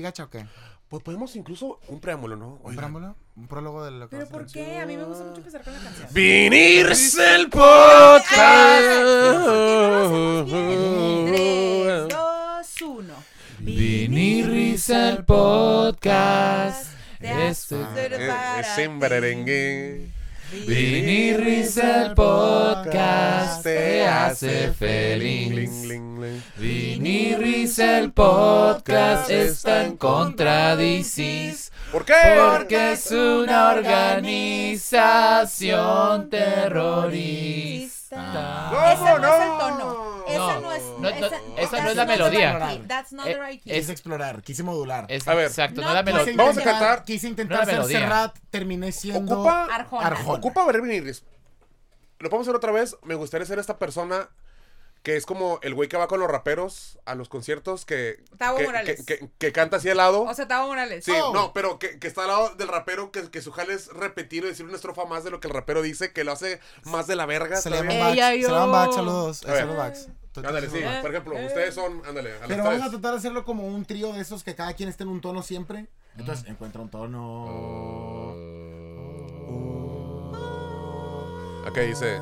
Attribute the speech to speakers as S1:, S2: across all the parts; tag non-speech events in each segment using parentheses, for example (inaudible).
S1: gacha o qué?
S2: Pues podemos incluso un preámbulo, ¿no?
S1: ¿Un preámbulo? ¿Un prólogo de lo que
S3: ¿Pero
S1: vamos a
S3: por
S1: hacer?
S3: qué? A mí me gusta mucho empezar con la canción.
S2: Vinirse el
S3: Tres,
S2: podcast.
S3: dos, uno.
S4: Vinirris el podcast. Este-
S3: Eh,
S2: Es en merengue.
S4: Vinirris el podcast te hace feliz. Vinirris el podcast está en contra de ISIS
S2: ¿Por qué?
S4: porque es una organización terrorista.
S3: Esa no, es el
S2: no?
S3: tono. Esa no es.
S4: No, no,
S3: esa,
S4: esa
S1: no es
S3: that's
S1: la
S3: not the
S1: melodía.
S3: right key, That's not the
S4: Eh,
S3: right key.
S1: Quise explorar, quise modular.
S4: Es,
S2: A ver.
S4: exacto, no,
S3: No,
S4: la
S3: pues,
S4: melodía.
S2: Vamos a
S1: intentar-
S2: cantar.
S1: Quise
S4: No
S1: intentar
S4: la
S1: ser
S4: melodía.
S1: Serrat, terminé siendo
S2: Ocupa-
S3: Arjona.
S1: Arjona.
S2: Ocupa ver Vinirris. Lo podemos hacer otra vez. Me gustaría ser esta persona que es como el güey que va con los raperos a los conciertos que,
S3: Tavo
S2: que,
S3: Morales.
S2: que- que- que canta así al lado.
S3: O sea, Tavo Morales.
S2: Sí,
S1: Oh.
S2: no, pero que, que está al lado del rapero que, que su jale es repetir o decir una estrofa más de lo que el rapero dice, que lo hace más de la verga.
S1: Se le
S2: todavía.
S1: llaman
S3: Ella,
S1: Bax. Se le
S3: yo.
S1: llaman Bax, saludos.
S2: A ver.
S1: Saludos, Bax. Tú- tú-
S2: Ándale, sí.
S3: Eh,
S2: Por ejemplo,
S3: eh.
S2: ustedes son. Ándale, a las
S1: Pero vamos a
S2: tres.
S1: tratar de hacerlo como un trío de esos que cada quien esté en un tono siempre. Entonces,
S2: Mm.
S1: encuentra un
S2: Oh.
S1: tono.
S2: Ok, dice.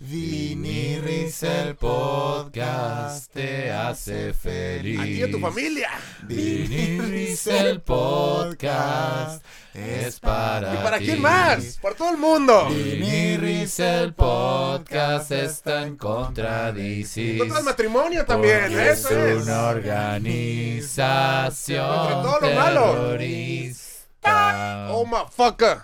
S4: Vinirris el podcast te hace feliz.
S2: Aquí a tu familia.
S4: Vinirris el podcast es para
S2: ¿Y para
S4: ti.
S2: quién más? Para todo el mundo.
S4: Vinirris el podcast está en contra de ISIS.
S2: Contra el matrimonio también.
S4: porque
S2: Eso
S4: es
S2: es.
S4: una organización
S2: Contra todo lo malo.
S4: terrorista.
S2: Oh, my fucker.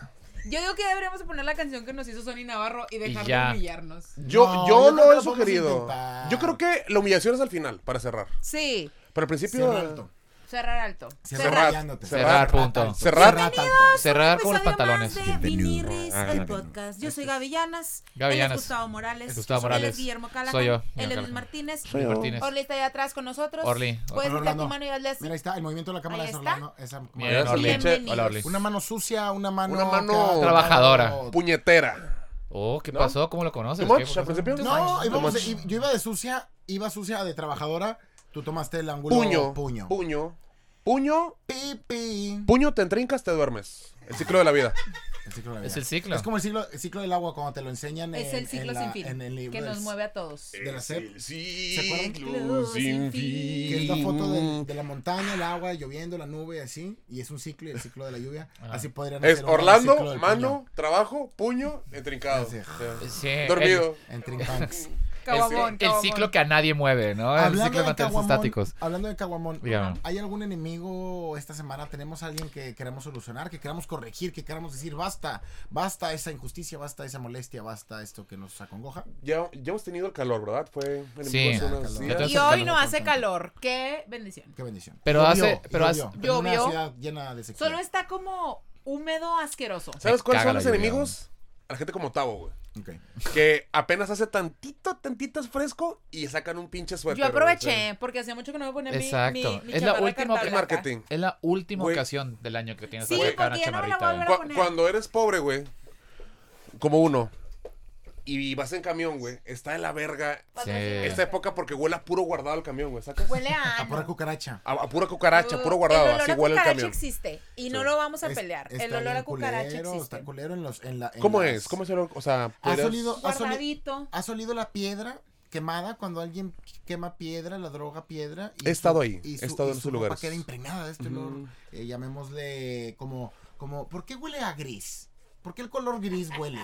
S3: Yo digo que deberíamos de poner la canción que nos hizo Sonny Navarro y dejar
S4: Y ya.
S3: de humillarnos.
S2: Yo,
S1: No, yo creo
S2: yo lo
S1: que
S2: he
S1: lo podemos
S2: sugerido.
S1: intentar.
S2: Yo creo que la humillación es al final, para cerrar.
S3: Sí,
S2: Pero al principio.
S1: Cierra alto.
S3: cerrar alto.
S1: Cierra
S2: Cerrar.
S1: rayándote.
S4: Cerrar, punto.
S2: Cerrar.
S1: Cierra tanto.
S4: Cerrar con los
S3: episodio
S4: pantalones.
S3: más de Vinirris,
S2: Ah,
S3: el
S2: ok.
S3: podcast. Yo soy Gaby Llanas. él
S4: Gaby
S3: es
S4: Llanas.
S3: Gustavo Morales.
S4: Este Es Gustavo
S3: Él
S4: Morales.
S3: es Guillermo Callahan.
S4: Soy yo,
S3: Él
S4: Guillermo
S3: es Luis
S4: Callahan.
S3: Martínez.
S4: Martínez.
S3: Orly está ahí atrás con nosotros. Pues,
S4: Orly.
S3: Puedes meter
S1: Orlando.
S3: tu mano y hazle así.
S1: Mira, ahí está el movimiento de la cámara
S3: Ahí
S1: de
S3: está.
S1: Orlando. Esa-
S4: Bien,
S2: Gracias,
S4: Orly.
S3: Bienvenidos.
S4: Hola, Orly.
S1: Una mano sucia, una mano.
S2: Una mano
S1: acá.
S4: Trabajadora.
S2: Puñetera.
S4: Oh, ¿qué
S2: ¿No?
S4: pasó? ¿Cómo lo conoces?
S2: ¿Too
S4: ¿Qué
S2: much
S4: pasó?
S2: al principio?
S1: No, íbamos de-
S2: Too much.
S1: yo iba de sucia, iba sucia de trabajadora. Tú tomaste el ángulo
S2: Puño.
S1: puño.
S2: Puño. Puño. Puño.
S1: Pi, pi.
S2: te entrincas, te duermes. El ciclo de la vida.
S1: El ciclo de la vida.
S4: Es el ciclo.
S1: Es como el ciclo, el ciclo del agua cuando te lo enseñan
S3: Es
S1: en,
S3: el ciclo
S1: en la-
S3: sin fin
S1: en el libro
S3: que
S1: del-
S3: nos mueve a todos.
S1: de la SEP.
S2: Sí,
S3: ciclo sin fin.
S1: Que es la foto
S4: mm,
S1: del- de, la montaña, el agua, lloviendo, la nube, así. Y es un ciclo y el ciclo de la lluvia. Así podrían
S2: Es
S1: hacer un ciclo
S2: Orlando,
S1: del
S2: mano, trabajo, puño, entrincado.
S1: Sí.
S2: Sí.
S4: Sí, el-
S2: Dormido.
S1: puño En
S4: (laughs)
S1: Trincanx.
S3: Cabamón,
S4: El
S3: cabamón.
S4: ciclo que a nadie mueve, ¿no? El ciclo
S1: hablando,
S4: de
S1: de
S4: mantenerse
S1: Caguamón,
S4: estáticos.
S1: hablando de Caguamón,
S4: Dígame.
S1: ¿hay algún enemigo esta semana? ¿Tenemos a alguien que queramos solucionar, que queramos corregir, que queramos decir basta, basta esa injusticia, basta esa molestia, basta esto que nos acongoja?
S2: Ya, ya hemos tenido el calor, ¿verdad? Fue en
S4: Sí.
S2: hace
S4: Ah,
S2: unos
S1: calor.
S2: días.
S4: Ya te-
S3: Y hoy no hace calor. Qué bendición.
S1: Qué bendición.
S4: Pero
S1: Llovió,
S4: hace- pero hace-
S1: llovió, en una
S3: Llovió.
S1: ciudad llena de sequía.
S3: Solo está como húmedo asqueroso.
S2: ¿Sabes
S4: Me
S2: cuáles
S4: caga
S2: son los
S4: la lluvia,
S2: enemigos? A la gente como Tavo, güey.
S1: Ok.
S2: Que apenas hace tantito, tantitas fresco y sacan un pinche suéter.
S3: Yo
S2: güey.
S3: aproveché
S1: este-
S3: porque hacía mucho que no me ponía mi-
S4: Exacto.
S3: mi, mi
S4: Es la
S3: chamarra
S4: última
S2: Sí.
S3: carta
S2: El
S3: blanca.
S2: marketing.
S4: Es la última
S2: Güey.
S4: ocasión del año que tienes
S3: Sí,
S4: que sacar una
S3: porque ya no me la
S4: chamarrita.
S3: voy a
S4: güey.
S3: volver
S2: Cu-
S3: poner.
S2: cuando eres pobre, güey, como uno, y vas en camión, güey, está de la verga
S3: Patrocinador.
S4: Sí. Este
S2: esta época porque huele a puro guardado el camión, güey, ¿sacas?
S3: Huele
S1: (laughs)
S3: a
S1: A
S3: ano.
S1: pura cucaracha.
S2: A, a pura cucaracha,
S3: Uh,
S2: puro guardado,
S3: el olor
S2: así
S3: a
S2: huele el
S3: cucaracha
S2: camión.
S3: existe y no
S2: Sí.
S3: lo vamos a
S1: Es-
S3: pelear.
S1: está
S3: El olor
S1: bien
S3: a cucaracha
S1: culero, Está
S3: existe.
S1: culero en los... En la, en
S2: ¿Cómo
S1: las-
S2: es? ¿Cómo es el olor? O sea,
S1: ¿Ha
S2: podrías-
S1: sonido- Ha sonido-
S3: Guardadito.
S1: ¿Has olido la piedra quemada cuando alguien quema piedra, la droga piedra?
S2: He estado ahí, he estado en
S1: su
S2: esos
S1: ropa
S2: lugares.
S1: queda impregnada de este olor, eh, llamémosle como, como, ¿por qué huele a gris? ¿Por qué el color gris huele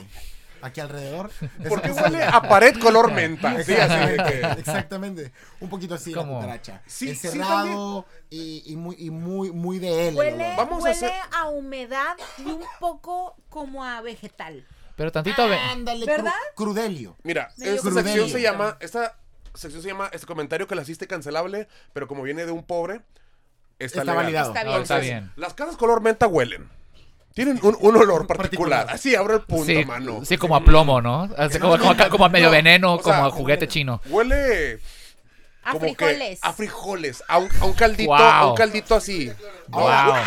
S1: aquí alrededor?
S2: (laughs) ¿Por
S1: Es-
S2: qué
S1: es-
S2: huele a pared color menta? Sí, así de
S1: Exactamente, (laughs)
S2: que...
S1: exactamente. Un poquito así la
S4: ¿Cómo?
S1: cucaracha.
S2: Sí, sí,
S1: Encerrado y, y muy, y muy, muy de él. el
S3: Huele,
S1: olor.
S2: Vamos a
S3: huele a,
S2: hacer-
S3: humedad y un poco como a vegetal.
S4: Pero tantito ve.
S3: Ah,
S1: Ándale,
S3: ¿Verdad?
S1: cru- crudelio.
S2: Mira,
S3: Me dio
S2: esta
S1: crudelio.
S2: sección se llama... Esta sección se llama... Este comentario que la hiciste cancelable, pero como viene de un pobre, está,
S1: Está
S2: legal.
S1: validado.
S3: Está bien.
S4: No, está
S2: Entonces,
S4: bien.
S2: Las casas color menta huelen. Tienen un,
S1: (laughs)
S2: un olor
S1: Particular.
S2: particular. Así abre el punto,
S4: Sí,
S2: mano.
S4: sí, como a plomo, ¿no? Así como, como,
S2: (laughs)
S4: como a medio
S2: No,
S4: veneno,
S2: o
S4: como
S2: sea,
S4: a juguete chino.
S2: Huele
S3: A
S2: como que
S3: frijoles.
S2: a frijoles, a un, a un caldito, a
S4: Wow.
S2: un caldito así.
S1: Ahora,
S5: Wow.
S1: ahora-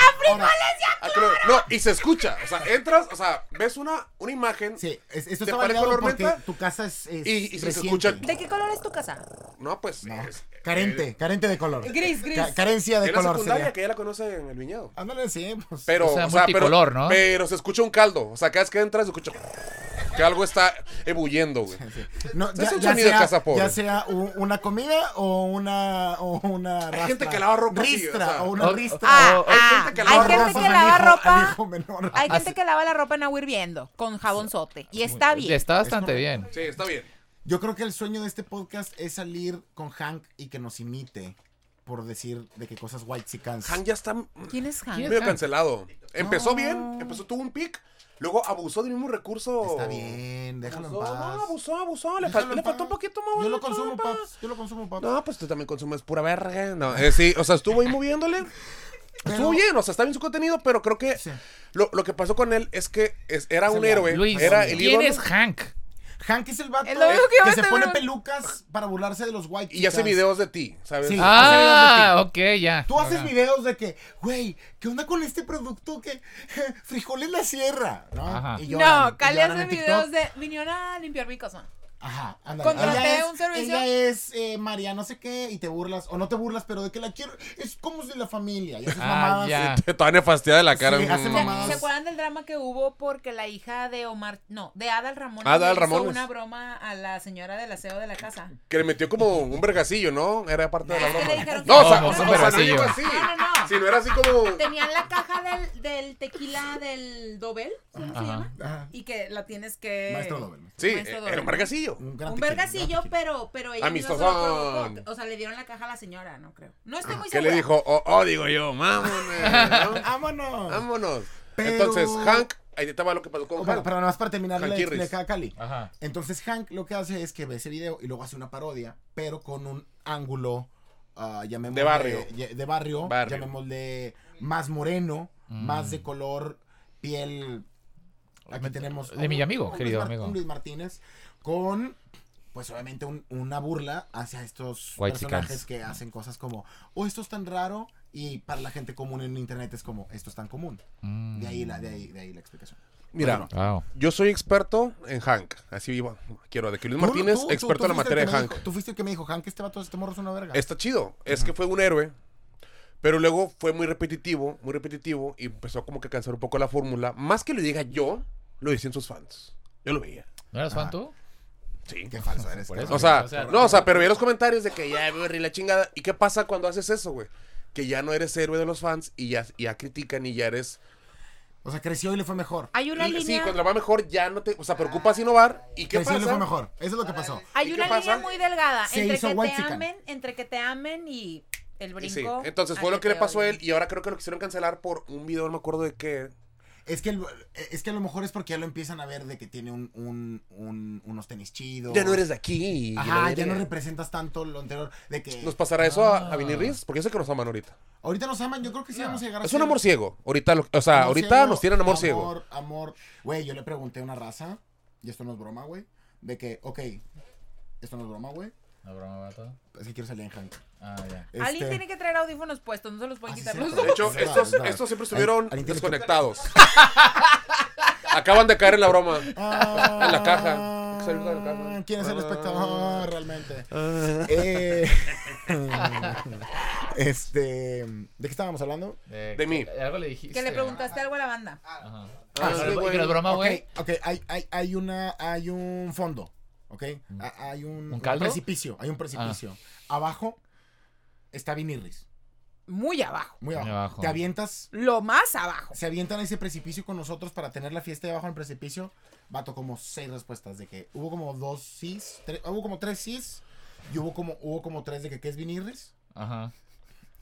S2: Ah, claro, No, y se escucha. O sea, entras, o sea, ves una, una imagen.
S1: Sí, es- esto
S2: ¿Te
S1: está
S2: parece
S1: validado
S2: color
S1: porque
S2: menta?
S1: tu casa es, es
S2: Y- y se
S1: reciente.
S2: escucha-
S3: ¿De qué color es tu casa?
S2: No, pues.
S1: No,
S2: es- eh,
S1: carente, carente de color.
S3: Gris, gris.
S1: Ca- carencia de
S2: Es la
S1: color
S2: secundaria
S1: sería.
S2: que ya la conoce en el viñedo.
S1: Ándale, sí, pues.
S2: Pero,
S5: O sea,
S2: pero-
S5: multicolor, ¿no?
S2: Pero se escucha un caldo. O sea, cada vez que entras se escucha que algo está ebulliendo, güey.
S1: No,
S2: Es
S1: ya,
S2: un
S1: ya
S2: sonido de
S1: sea,
S2: casa pobre.
S1: ya sea u- una comida o una o una rastra.
S2: gente que lava ropa así,
S1: ristra
S2: o sea.
S1: o una
S5: O-
S1: ristra.
S3: Ah,
S5: Hay
S3: ah,
S2: gente que
S3: hay
S2: lava
S3: gente
S1: ropa
S3: que
S1: al
S3: lava
S1: hijo- al
S3: ropa.
S1: hijo menor.
S3: Hay gente
S5: Así-
S3: que lava la ropa en agua hirviendo con jabón sote. Y está bien.
S5: Está bastante bien.
S2: Sí, está bien.
S1: Yo creo que el sueño de este podcast es salir con Hank y que nos imite por decir de qué cosas white sicans.
S2: Han ya está
S3: ¿Quién es Hank?
S5: ¿Quién?
S2: medio cancelado. Empezó
S3: No.
S2: bien, empezó, tuvo un pic, luego abusó del mismo recurso.
S1: Está bien, déjalo en
S2: Abusó,
S1: paz.
S2: no, abusó, abusó. Le, fal-
S1: Déjalo en
S2: le faltó
S1: paz.
S2: un poquito más.
S1: Yo lo
S2: bueno,
S1: consumo,
S2: chapa.
S1: paps. Yo lo consumo, paps.
S2: No, pues tú también consumes pura verga. No, eh, sí, o sea, estuvo ahí
S1: (laughs)
S2: moviéndole.
S1: Pero-
S2: estuvo bien, o sea, está bien su contenido, pero creo que
S1: Sí.
S2: lo, lo que pasó con él es que es- era
S1: Es el-
S2: un héroe.
S5: Luis,
S2: era el
S5: ¿quién
S2: ídolo.
S5: es Hank?
S1: Hank es el vato
S3: Es lo único que va
S1: que
S3: a
S1: se
S3: tener.
S1: pone pelucas para burlarse de los white
S2: Y hace
S1: chicans.
S2: videos de ti, ¿sabes?
S1: Sí.
S5: Ah, ok, ya.
S1: Tú haces
S5: Ajá.
S1: videos de que, güey, ¿qué onda con este producto que (laughs) frijol en la sierra? ¿No?
S5: Ajá.
S1: lloran,
S3: no, Cali
S1: lloran
S3: hace
S1: en TikTok.
S3: videos de. Vinieron a limpiar mi casa.
S1: Ajá, ándale.
S3: Contraté
S1: Ella es-
S3: un servicio.
S1: Ella es eh, María no sé qué y te burlas, o no te burlas, pero de que la quiero, es como es de la familia. Y haces
S5: Ah,
S1: mamadas.
S5: ya.
S2: (laughs) Toda nefasteada de la cara.
S1: Sí, hace
S2: Mm.
S3: ¿Se-
S1: Mamás.
S3: ¿Se acuerdan del drama que hubo porque la hija de Omar, no, de Adal Ramón
S2: Adal
S3: hizo
S2: Ramones.
S3: una broma a la señora del aseo de la casa?
S2: Que le metió como un vergacillo, ¿no? Era parte de la
S3: Es que le
S2: broma.
S3: dijeron
S2: No, o
S5: que-
S2: sea,
S5: Como
S2: o
S5: un
S2: sea, no
S5: vergacillo.
S2: llegó así.
S3: No, no, no.
S2: Sino era así como.
S3: Tenían la caja del, del tequila del Dobel, ¿cómo se
S5: Ajá.
S3: llama?
S1: Ajá.
S3: Y que la tienes que...
S1: Maestro Dobel. maestro.
S2: Sí, eh,
S3: Maestro
S2: era
S3: Doble.
S2: un vergacillo.
S1: Un, gran tequila,
S3: Un
S1: gran
S3: vergacillo,
S1: tequila.
S3: pero, pero ella misma se lo
S2: Amistosón.
S3: provocó. O sea, le dieron la caja a la señora, no creo. No estoy muy
S2: Que
S3: segura.
S2: le dijo, oh, oh, digo yo,
S1: (laughs)
S2: vámonos. ¿no?
S1: ¡Vámonos!
S2: Vámonos.
S1: Pero-
S2: Entonces, Hank, ahí estaba lo que pasó
S1: Oh,
S2: con
S1: pero,
S2: Hank.
S1: pero nada más para terminar
S2: Hank
S1: le
S2: Irris.
S1: explica a Cali.
S5: Ajá.
S1: Entonces Hank lo que hace es que ve ese video y luego hace una parodia, pero con un ángulo, ah, llamémosle...
S2: De barrio.
S1: ye- De barrio,
S2: Barrio.
S1: llamémosle más moreno,
S5: Mm.
S1: más de color, piel... Aquí
S5: De-
S1: tenemos...
S5: de mi amigo,
S1: Luis
S5: querido
S1: Mar-
S5: amigo.
S1: un Luis Martínez, con... Pues obviamente un- una burla hacia estos
S5: White
S1: personajes
S5: chicans.
S1: que hacen cosas como, oh, esto es tan raro, y para la gente común en internet es como, esto es tan común.
S5: Mm.
S1: De ahí la, de ahí, de ahí la explicación.
S2: Mira,
S5: Wow.
S2: yo soy experto en Hank. Así vivo. Quiero, de que Luis
S1: Tú-
S2: Martínez,
S1: tú- tú-
S2: experto
S1: tú
S2: en la
S1: fuiste el
S2: materia de
S1: que me
S2: Hank.
S1: dijo- tú fuiste el que me dijo, Hank, este vato, este morro es una verga.
S2: Está chido. Es que fue un héroe. Pero luego fue muy repetitivo, muy repetitivo. Y empezó como que a cansar un poco la fórmula. Más que lo diga yo, lo decían sus fans. Yo lo veía.
S5: ¿No eras
S1: Ajá.
S5: fan tú?
S2: Sí.
S1: Qué falso eres.
S5: Por
S1: cabrón.
S5: eso.
S2: O sea,
S5: O sea,
S2: no, o sea, pero veía los comentarios de que ya, güey, la chingada. ¿Y qué pasa cuando haces eso, güey? Que ya no eres héroe de los fans y ya, ya critican y ya eres.
S1: O sea, creció y le fue mejor.
S3: Hay una
S2: y- Sí,
S3: línea...
S2: cuando la va mejor ya no te. O sea, preocupas innovar. ¿Y qué
S1: Creció y le fue
S2: pasa?
S1: mejor. Eso es lo que pasó.
S2: ¿Y
S3: Hay
S2: qué
S3: una línea
S2: pasa?
S3: muy delgada
S1: Se
S3: entre
S1: hizo
S3: que te
S1: whitexican.
S3: amen, entre que te amen y el
S2: Y
S3: brinco.
S2: sí. Entonces
S3: a
S2: fue lo que
S3: te
S2: le pasó a
S3: odien.
S2: él. Y ahora creo que lo quisieron cancelar por un video, no me acuerdo de qué.
S1: Es que, el- es que a lo mejor es porque ya lo empiezan a ver de que tiene un, un- un- unos tenis chidos.
S2: Ya no eres de aquí.
S1: Ajá, ya no
S2: eres
S1: representas tanto lo anterior. De que
S2: ¿Nos pasará eso a, a
S3: Ah.
S2: Vinny Riz? Porque yo sé que nos aman ahorita.
S1: ahorita nos aman, yo creo que Ah, sí vamos a llegar a
S2: Es
S1: ser-
S2: un amor ciego. Ahorita, lo- o sea,
S1: amor
S2: ahorita
S1: ciego,
S2: nos tienen amor, ciego.
S1: Amor, amor. Güey, yo le pregunté a una raza, y esto no es broma, güey, de que, ok, esto no es broma, güey,
S5: No, broma, vato.
S1: es que quiero salir en Hank.
S5: Ah, ya.
S3: Alguien
S1: Este-
S3: tiene que traer audífonos puestos, no se los pueden
S1: Ah, sí,
S3: quitar
S1: cierto.
S3: (laughs)
S2: De
S3: los dos.
S2: hecho,
S1: Claro,
S2: estos,
S1: claro.
S2: estos siempre estuvieron
S1: Alguien tiene que-
S2: desconectados. (laughs) Acaban de caer en la broma.
S1: Ah,
S2: En la caja. Hay que salir de la caja.
S1: ¿Quién es el
S2: Ah.
S1: espectador realmente? Eh, (laughs) este, ¿de qué estábamos hablando?
S2: De mí.
S5: Algo le dijiste.
S3: Que le preguntaste algo a la banda.
S5: Ajá.
S2: Ah, sí,
S5: Pero-
S2: güey.
S5: y que la broma,
S1: ok,
S5: güey.
S1: ok, hay, hay, hay una, hay un fondo, ¿ok?
S2: Mm.
S1: Ha- Hay un,
S5: caldo? Ah.
S1: precipicio, hay un precipicio. Abajo está Vinirris,
S3: Muy abajo.
S1: muy abajo.
S5: Muy abajo.
S1: Te avientas,
S3: Lo más abajo.
S1: se avientan a ese precipicio con nosotros para tener la fiesta debajo del precipicio. Vato como seis respuestas de que hubo como dos sís, tres- hubo como tres sís y hubo como, hubo como tres de que qué es Vinirris.
S5: Ajá.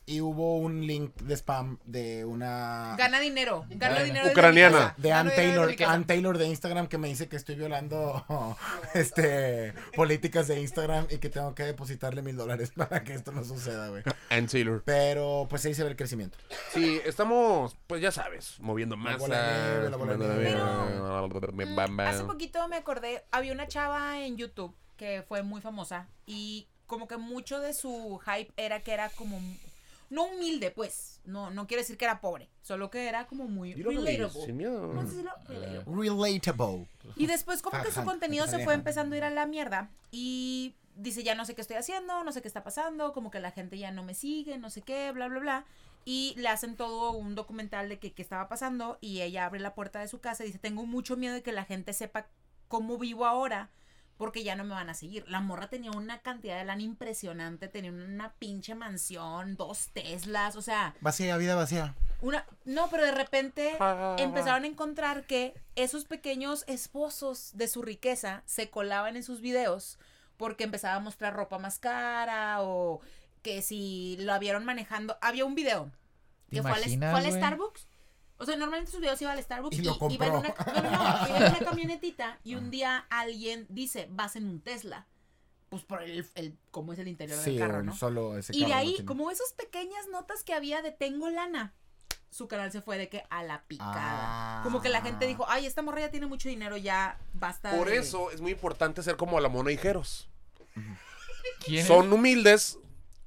S1: Y hubo un link de spam de una.
S3: Gana dinero. Gana
S5: Gana.
S3: dinero. desde
S2: Ucraniana.
S3: mi casa.
S1: de
S3: Gana
S1: Ann
S3: dinero desde
S1: Taylor,
S3: mi casa.
S1: Ann Taylor de Instagram que me dice que estoy violando (laughs) este políticas de Instagram y que tengo que depositarle mil dólares (laughs) para que esto no suceda, güey.
S2: And Taylor.
S1: Pero pues ahí se ve el crecimiento.
S2: Sí, estamos, pues ya sabes, moviendo más.
S1: bola de nieve, la bola de nieve.
S3: Mm, Hace poquito me acordé, había una chava en YouTube que fue muy famosa y como que mucho de su hype era que era como no humilde, pues. No, no quiere decir que era pobre, solo que era como muy
S2: Dilo, güey,
S3: relatable.
S2: sin miedo.
S3: Vamos a decirlo, relatable.
S1: Relatable.
S3: Y después como que su
S1: Ajá,
S3: contenido se
S1: ajá.
S3: fue empezando a ir a la mierda y dice, ya no sé qué estoy haciendo, no sé qué está pasando, como que la gente ya no me sigue, no sé qué, bla, bla, bla. Y le hacen todo un documental de que- qué estaba pasando y ella abre la puerta de su casa y dice, tengo mucho miedo de que la gente sepa cómo vivo ahora porque ya no me van a seguir. La morra tenía una cantidad de lana impresionante, tenía una pinche mansión, dos Teslas, o sea,
S1: Vacía, vida vacía.
S3: una... No, pero de repente empezaron a encontrar que esos pequeños esposos de su riqueza se colaban en sus videos porque empezaba a mostrar ropa más cara o que si lo vieron manejando. Había un video
S4: ¿Te
S3: que fue al,
S4: imaginas,
S3: fue al
S4: güey?
S3: Starbucks. O sea, normalmente sus videos iba al Starbucks
S1: Y
S3: y,
S1: lo
S3: iba, en
S1: compró.
S3: una, no,
S1: (laughs)
S3: no, no, iba en una camionetita y
S4: Ah.
S3: un día alguien dice, vas en un Tesla. Pues por el, el cómo es el interior
S1: Sí,
S3: del carro,
S1: un
S3: ¿no?
S1: solo ese
S3: Y de
S1: carro no
S3: ahí,
S1: tiene-
S3: como esas pequeñas notas que había de tengo lana, su canal se fue de que a la picada.
S1: Ah.
S3: Como que la gente dijo, ay, esta morra ya tiene mucho dinero, ya basta.
S2: Por
S3: de-
S2: eso es muy importante ser como la mona Ijeros.
S4: ¿Quién es?
S2: Son humildes,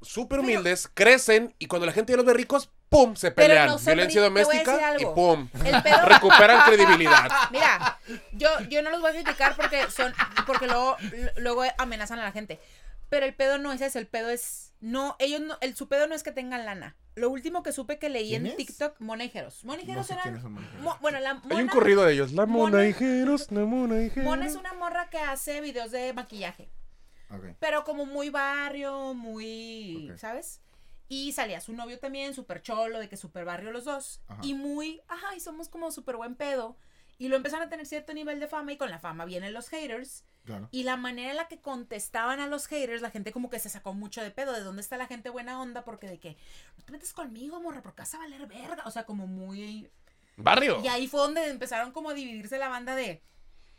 S2: súper humildes, crecen y cuando la gente ya los ve ricos, ¡pum! Se pelean.
S3: no son
S2: Violencia
S3: ricos, te voy a decir
S2: doméstica y
S3: algo.
S2: ¡pum! (laughs)
S3: El pedo- (laughs)
S2: Recuperan credibilidad.
S3: Mira, yo, yo no los voy a criticar porque son, porque luego, luego amenazan a la gente. Pero el pedo no es ese, el pedo es. No, ellos no, el, su pedo no es que tengan lana. Lo último que supe que leí en
S1: ¿Quién es?
S3: TikTok, monejeros. Monejeros
S1: No sé quiénes son
S3: eran.
S1: monejeros.
S3: mo- bueno, la
S2: Hay un
S3: mona-
S2: corrido de ellos. La
S3: Mona-
S2: mona Ijeros, la mona Ijeros.
S3: Mona es una morra que hace videos de maquillaje.
S1: Ok.
S3: Pero como muy barrio, muy,
S1: Ok.
S3: ¿sabes? Y salía su novio también, súper cholo, de que súper barrio los dos.
S1: Ajá.
S3: Y muy, ay, somos como súper buen pedo. Y lo empezaron a tener cierto nivel de fama y con la fama vienen los haters.
S1: Claro.
S3: Y la manera en la que contestaban a los haters, la gente como que se sacó mucho de pedo. ¿De dónde está la gente buena onda? Porque de que, no te metes conmigo, morra, porque vas a valer verga. O sea, como muy...
S2: Barrio.
S3: Y ahí fue donde empezaron como a dividirse la banda de,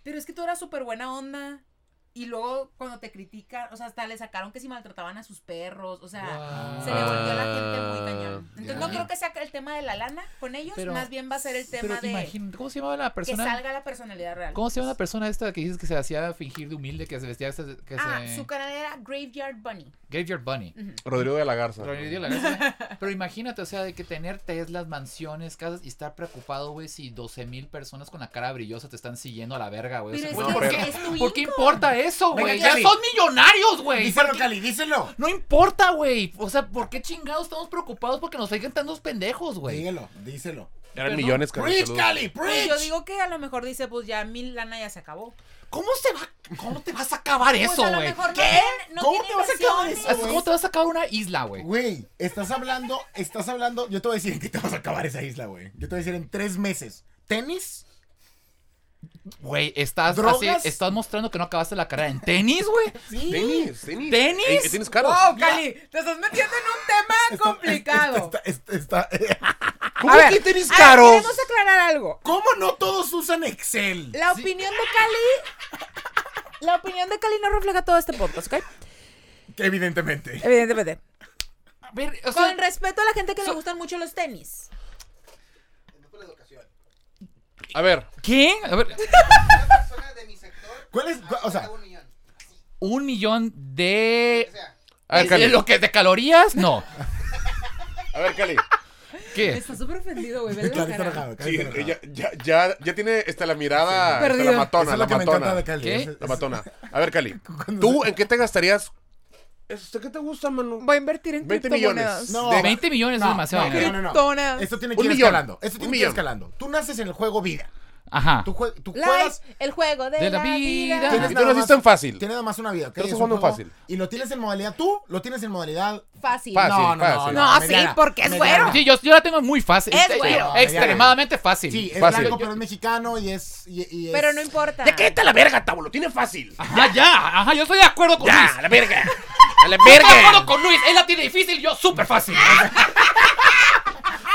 S3: pero es que tú eras súper buena onda. Y luego cuando te critican, o sea, hasta le sacaron que si maltrataban a sus perros, o sea,
S4: Wow.
S3: Ah, se le volvió la gente muy cañón. Entonces no
S1: Ya.
S3: creo que sea el tema de la lana con ellos,
S4: Ah. Pero-
S3: más bien va a ser el
S4: Pero
S3: tema de
S4: imagínate, ¿Cómo se llamaba la
S3: que
S4: persona?
S3: salga la personalidad real.
S4: ¿Cómo se llama la persona esta que dices que se hacía fingir de humilde, que se vestía, que se... que
S3: Ah,
S4: se-
S3: su canal era Graveyard Bunny.
S4: Graveyard Bunny.
S2: Rodrigo de la Garza.
S4: Rodrigo de la Garza. (laughs) Pero imagínate, o sea, de que tener Teslas, mansiones, casas y estar preocupado, güey, si 12 mil personas con la cara brillosa te están siguiendo a la verga, güey. O
S3: Pero
S4: sea,
S3: es
S2: bueno,
S3: que
S4: ¿por,
S2: pero-
S4: qué,
S3: es tu
S4: por qué
S3: hijo.
S4: importa eso,
S1: Venga,
S4: güey? Ya
S1: Cali.
S4: son millonarios, güey.
S1: Díselo, Cali, díselo.
S4: No importa, güey. O sea, ¿por qué chingados estamos preocupados porque nos fijan tantos pendejos, güey?
S1: Dígelo, díselo.
S2: Eran
S4: Pero-
S2: millones, Carlos,
S1: Preach,
S2: saludos.
S1: Cali,
S3: Pues
S1: preach.
S3: yo digo que a lo mejor dice, pues ya mi lana ya se acabó.
S4: ¿Cómo se va? ¿Cómo te vas a acabar eso,
S3: pues a lo
S4: güey?
S3: mejor no
S1: ¿Qué?
S3: tiene- no
S1: ¿Cómo
S3: tiene
S1: te vas a acabar
S3: inversiones.
S1: eso?
S4: Así, ¿Cómo te vas a acabar una isla, güey?
S1: Güey, estás hablando, estás hablando. Yo te voy a decir en qué te vas a acabar esa isla, güey. Yo te voy a decir en tres meses. ¿Tenis?
S4: Güey, estás así,
S1: ¿Drogas?
S4: estás mostrando que no acabaste la carrera en tenis,
S3: (laughs)
S4: güey.
S1: Sí.
S2: Tenis, tenis.
S4: ¿Tenis?
S2: Eh, eh, tenis caros.
S3: Wow, Oh, Cali, te estás metiendo en un tema complicado.
S1: Está, está- está- (laughs)
S2: ¿Cómo
S3: A ver,
S2: que tenis
S3: a ver,
S2: caros?
S3: Queremos aclarar algo.
S1: ¿Cómo no todos usan Excel?
S3: La opinión de Cali. La opinión de Cali no refleja todo este podcast, ¿ok?
S1: Evidentemente.
S3: Evidentemente.
S4: A ver, o sea,
S3: Con respeto a la gente que le
S4: So-
S3: gustan mucho los tenis.
S2: A ver,
S4: ¿qué? A ver,
S6: persona de mi sector.
S1: ¿Cuál es? cu- O sea,
S6: Un millón.
S4: un millón de...
S6: O sea,
S2: a ver,
S4: ¿De- de
S2: Cali.
S4: lo que de calorías? (laughs) No.
S2: A ver, Cali.
S4: ¿Qué?
S3: (laughs) súper ofendido, güey.
S1: Cali está enojado, Cali
S2: Sí,
S1: está enojado.
S2: ya, ya, ya, ya tiene este, la mirada.
S3: Sí.
S2: este,
S3: Perdido.
S2: la
S1: Eso
S2: matona,
S1: es
S2: la
S1: lo que me encanta
S2: matona.
S1: de Cali.
S4: ¿Qué?
S1: es- es-
S2: La matona. A ver, Cali.
S1: (laughs) Cuando
S2: ¿Tú en qué te gastarías? Este, ¿Qué te gusta, mano?
S3: Voy a invertir en
S2: 20 millones.
S1: No.
S2: De-
S4: 20 millones es demasiado
S1: no,
S4: dinero.
S1: no, no, no.
S3: Criptonas.
S1: Esto tiene que
S2: Un
S1: ir
S2: millón.
S1: escalando. Esto
S2: Un
S1: tiene que ir
S2: millón.
S1: escalando. Tú naces en el juego vida.
S4: Ajá.
S1: Tú, jue- tú
S3: Life,
S1: juegas.
S3: el juego de,
S4: De la
S3: la vida.
S4: vida.
S1: tienes
S2: Y tú
S1: nada
S2: naciste
S1: más-
S2: en fácil.
S1: Tienes nada más una vida. ¿ok?
S2: Tú estás
S1: Es un
S2: jugando en
S1: juego-
S2: fácil.
S1: Y lo tienes en modalidad tú, lo tienes en modalidad. Ah,
S3: Fácil.
S2: Fácil.
S1: no, no, no,
S2: fácil.
S1: no,
S3: No, sí,
S1: mediana,
S3: porque es
S1: mediana.
S3: güero.
S4: Sí, yo, yo la tengo muy fácil.
S3: Es
S4: Este-
S3: güero.
S4: Extremadamente fácil.
S1: Sí, es
S2: Fácil.
S1: blanco, pero es mexicano y es. y- y es-
S3: Pero no importa.
S2: Ya cállate a la verga, Tabulo. Tiene fácil.
S1: Ah,
S4: Ajá, ya. Ajá, yo estoy de acuerdo con
S2: Ya,
S4: Luis.
S2: a
S1: (laughs)
S2: la verga. A la
S4: Estoy de acuerdo
S2: verga.
S4: con Luis. Él la tiene difícil, yo súper fácil.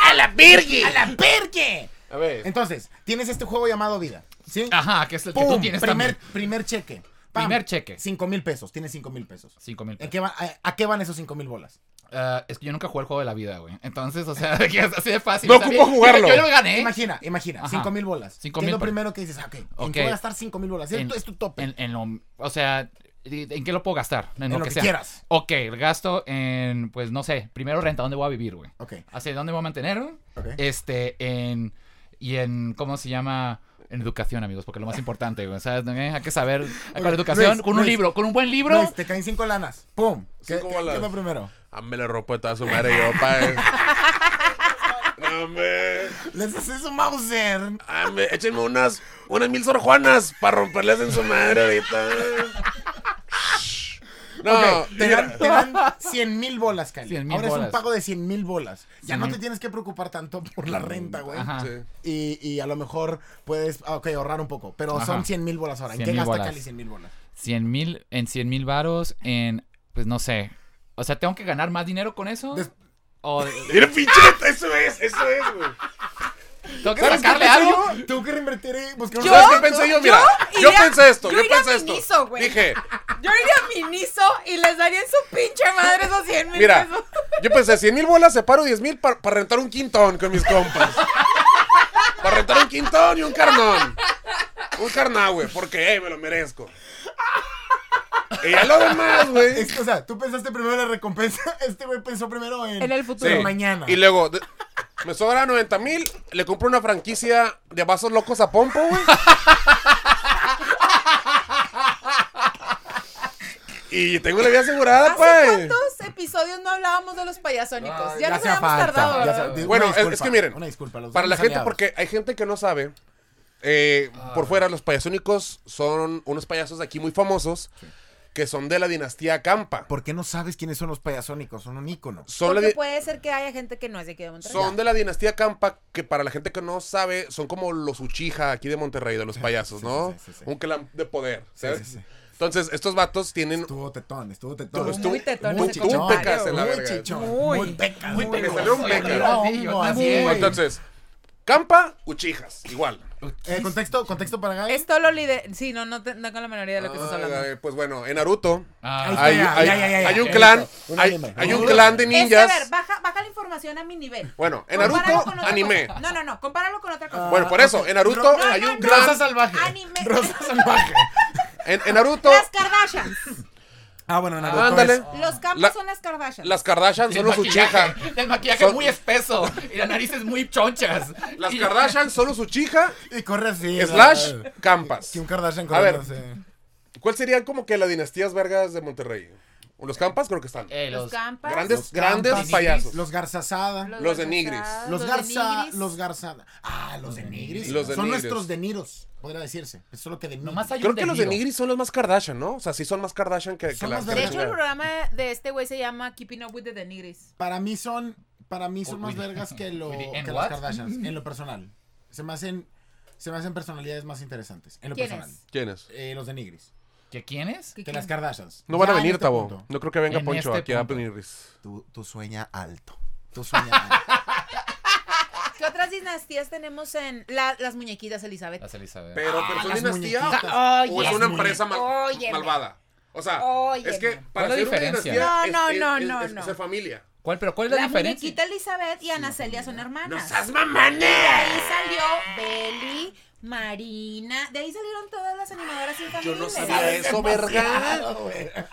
S2: A la verga. A la
S1: ¡Perque!
S2: ver.
S1: Entonces, tienes este juego llamado vida. ¿Sí?
S4: Ajá, que es el que tú
S1: ¡Pum!
S4: tienes
S1: Primer,
S4: también.
S1: primer cheque.
S4: Primer cheque.
S1: Cinco mil pesos. Tienes cinco mil pesos.
S4: 5 mil
S1: ¿En
S4: pesos.
S1: qué va- a, a qué van esos cinco mil bolas?
S4: Ah, es que yo nunca jugué el juego de la vida, güey. Entonces, o sea, (laughs) que es así de fácil.
S2: No
S4: O sea,
S2: ocupo
S4: yo-
S2: jugarlo.
S4: Yo lo gané.
S1: Imagina, imagina.
S4: ¿Eh? Ajá.
S1: Cinco mil bolas.
S4: Cinco
S1: ¿Qué
S4: mil
S1: es lo
S4: por-
S1: primero que dices? Ah, ok. ¿En
S4: Ok.
S1: qué voy a gastar cinco mil bolas?
S4: En-
S1: Esto es tu tope.
S4: En, en lo- o sea, ¿En qué lo puedo gastar? En,
S1: lo que
S4: sea.
S1: quieras.
S4: Ok, el gasto en, pues no sé, primero renta, ¿dónde voy a vivir, güey?
S1: Ok.
S4: ¿Hacia dónde voy a mantener? güey?
S1: Ok.
S4: Este, en. Y en. ¿Cómo se llama? En educación, amigos, porque es lo más importante, güey. O sea, eh, hay que saber. Con la educación,
S1: Luis,
S4: con un
S1: Luis,
S4: libro, con un buen libro.
S1: Luis, Pues, te caen cinco lanas. ¡Pum! ¿Qué,
S2: Cinco
S1: qué-
S2: balas.
S1: qué va primero?
S2: Hazme Ah, la ropa de toda su madre
S1: (laughs)
S2: yo, pa. Dame.
S1: Les haces un Mauser.
S2: Dame. Ah, Échenme unas, unas mil Sor Juanas para romperles en su madre ahorita. No,
S1: Ok, te, dan, te dan 100 mil bolas, Cali.
S4: 100,000
S1: Ahora es
S4: bolas.
S1: un pago de 100 mil bolas. Ya no
S4: 100,000.
S1: te tienes que preocupar tanto por
S3: Mm.
S1: la renta, güey.
S4: Ajá.
S2: Sí.
S1: Y, y a lo mejor puedes ah, ok, ahorrar un poco. Pero son
S4: Ajá.
S1: 100 mil bolas ahora. ¿En
S4: 100,000
S1: qué gasta
S4: bolas.
S1: Cali 100 mil bolas?
S4: 100 mil, en 100 mil varos, en, pues no sé. O sea, ¿tengo que ganar más dinero con eso?
S1: Des-
S4: ¿O
S2: Mira, pinche, eso es, eso es, güey.
S4: tengo que
S2: ¿Sabes qué
S4: sacarle
S2: pensé
S4: algo?
S1: yo? Tengo que reinvertir y buscar
S2: ¿Yo? ¿Sabes qué pensé yo? Mira, yo,
S3: iría-
S2: pensé esto,
S3: yo
S2: yo,
S3: iría
S2: pensé
S3: a
S2: esto.
S3: Miniso, güey. (laughs)
S2: Dije,
S3: Yo iría a Miniso y les daría en su pinche madre esos 100 mil
S2: mira,
S3: pesos.
S2: yo pensé, 100 mil bolas separo 10 mil para rentar un quintón con mis
S3: (laughs)
S2: compas. Para rentar un quintón y un carnón. Un carná, güey, porque eh, me lo
S3: (laughs)
S2: merezco. Y ya lo demás, güey.
S1: Es- o sea, tú pensaste primero en la recompensa. (laughs) Este güey pensó primero en.
S3: En el futuro.
S1: en
S2: Sí.
S1: mañana.
S2: Y luego, de- me sobra 90 mil, le compro una franquicia de vasos locos a Pompo,
S3: (laughs)
S2: güey. Y tengo la vida asegurada,
S3: ¿Hace
S2: pues.
S3: cuántos episodios no hablábamos de los payasónicos?
S5: Ay,
S3: ya nos
S1: hacía
S3: habíamos tardado,
S1: ya
S3: ¿verdad?
S1: hacía- di-
S2: Bueno,
S1: una
S2: es- es
S1: disculpa,
S2: que miren,
S1: Una disculpa. los
S2: Para la
S1: dos
S2: gente,
S1: aliados.
S2: porque hay gente que no sabe. eh,
S1: Ah.
S2: por fuera, los payasónicos son unos payasos de aquí muy famosos que son de la dinastía Campa.
S1: ¿Por qué no sabes quiénes son los payasónicos? Son un ícono.
S2: Son, la
S3: Porque
S2: di-
S3: puede ser que haya gente que no es de aquí de Monterrey.
S2: son de la dinastía Campa, que para la gente que no sabe, son como los Uchija aquí de Monterrey, de los payasos,
S1: sí,
S2: ¿no?
S1: sí, sí, sí.
S2: Un clan de poder.
S1: Sí,
S2: ¿sabes?
S1: sí, sí.
S2: Entonces, estos vatos tienen.
S1: Estuvo tetón, estuvo tetón.
S2: Estuvo muy
S3: tetón
S1: muy
S3: ese
S1: chichón,
S3: comentario. Tú pecas
S2: en la verga.
S1: Muy chichón.
S3: Muy.
S1: Muy pecas.
S5: Muy
S1: muy
S5: pecas.
S2: salió un
S1: muy
S2: pecas.
S1: pecas.
S5: Yo
S1: Muy.
S5: también.
S2: Entonces, Campa, Uchijas, igual.
S1: Eh, contexto, contexto para Gaby.
S3: Esto lo lider... Sí, no, no tengo la minoría de lo que estás hablando.
S2: Ah, pues bueno, en Naruto
S1: Ahí
S4: Ah,
S1: está,
S2: hay,
S1: ya,
S2: hay-
S1: ya, ya, ya,
S2: hay
S1: ya.
S2: un clan.
S1: Un
S2: Hay,
S1: anime.
S2: hay un
S1: Un
S2: clan de
S1: anime.
S3: Es que, a
S2: ninjas.
S3: ver, baja, baja la información a mi nivel.
S2: Bueno, en
S3: Compáralo
S2: Naruto,
S3: con otra
S2: anime.
S3: cosa. No, no, no, compáralo con otra cosa.
S2: Bueno, pues, por eso, en Naruto
S3: No, no,
S2: hay un
S3: no.
S2: clan.
S5: Rosa salvaje.
S3: Anime.
S1: Rosa salvaje.
S2: En, en Naruto,
S3: Las Kardashians.
S1: Ah, bueno, Naruto.
S2: ándale.
S1: es-
S3: Los cambios
S2: La-
S3: son las Kardashians.
S2: Las Kardashian
S5: El
S2: son los Uchiha.
S5: maquillaje, El maquillaje
S2: Son-
S5: muy espeso y las narices muy chonchas.
S2: Las
S5: Y-
S2: Kardashian son los Uchiha
S1: Y corre así.
S2: slash
S1: ¿verdad?
S2: Campas.
S1: Kim Kardashian
S2: A ver.
S1: corriéndose.
S2: ¿Cuál sería como que las dinastías vergas de Monterrey? ¿O Los Campas creo que están.
S5: Eh,
S3: los,
S5: los-
S3: campas.
S2: Grandes,
S1: Los
S2: grandes
S1: Campas,
S2: payasos.
S1: Los Garzasada. Los,
S2: los de
S3: Garza-
S2: Nigris.
S3: de
S1: Garza.
S3: Nigris.
S1: Los Garzada. Ah, los de Nigris.
S2: Los de
S1: Son
S2: Nigris.
S1: nuestros de Niros, podría decirse. Es solo que de Nigris.
S5: Nomás hay
S2: Creo
S5: un
S2: que los de
S5: deliro.
S2: Nigris son los más Kardashian, ¿no? O sea, sí son más Kardashian que, que
S1: Son
S2: la
S1: más
S2: que la
S3: De hecho, el
S2: chingada.
S3: programa de este güey se llama Keeping Up with the Denigris.
S1: Para mí son, para mí son
S5: Oh,
S1: más
S5: really?
S1: vergas que, lo,
S5: Really?
S1: que
S5: ¿En
S1: las
S5: what?
S1: Kardashians,
S5: (laughs)
S1: en lo personal. Se me hacen, se me hacen personalidades más interesantes, en lo
S3: ¿Quiénes?
S1: personal.
S2: ¿Quién es?
S1: Eh, los de Nigris,
S5: ¿Que quién es?
S1: que las Kardashians.
S2: No van a
S1: Ya en
S2: venir,
S1: este
S2: Tabo.
S1: punto,
S2: No creo que venga
S5: En
S2: Poncho
S5: este
S2: aquí a
S5: punto.
S2: Nigris.
S1: Tú, tú sueña alto. Tú sueña alto.
S3: ¿Qué otras dinastías tenemos en la- las muñequitas, Elizabeth?
S5: Las Elizabeth.
S2: Pero,
S1: Ah,
S2: pero son
S1: las
S2: dinastía
S1: muñequitas.
S2: o es
S1: Las
S2: una
S1: muñe-
S2: empresa mal-
S3: Óyeme.
S2: malvada. O sea,
S3: Óyeme.
S2: es que para
S5: ¿Cuál es la
S2: ser una
S5: diferencia?
S2: dinastía
S3: No,
S2: es-
S3: no,
S2: es-
S3: no,
S2: es- es
S3: no,
S2: ser
S3: no.
S2: familia.
S5: ¿cuál, pero ¿cuál es
S3: La,
S5: la, diferencia?
S4: (laughs)
S3: muñequita Elizabeth y Ana Celia son hermanas. De
S2: mamanes!
S3: ahí salió Beli, Marina. De ahí salieron todas las animadoras
S2: Yo
S3: infantiles.
S2: no sabía (laughs) eso, verga.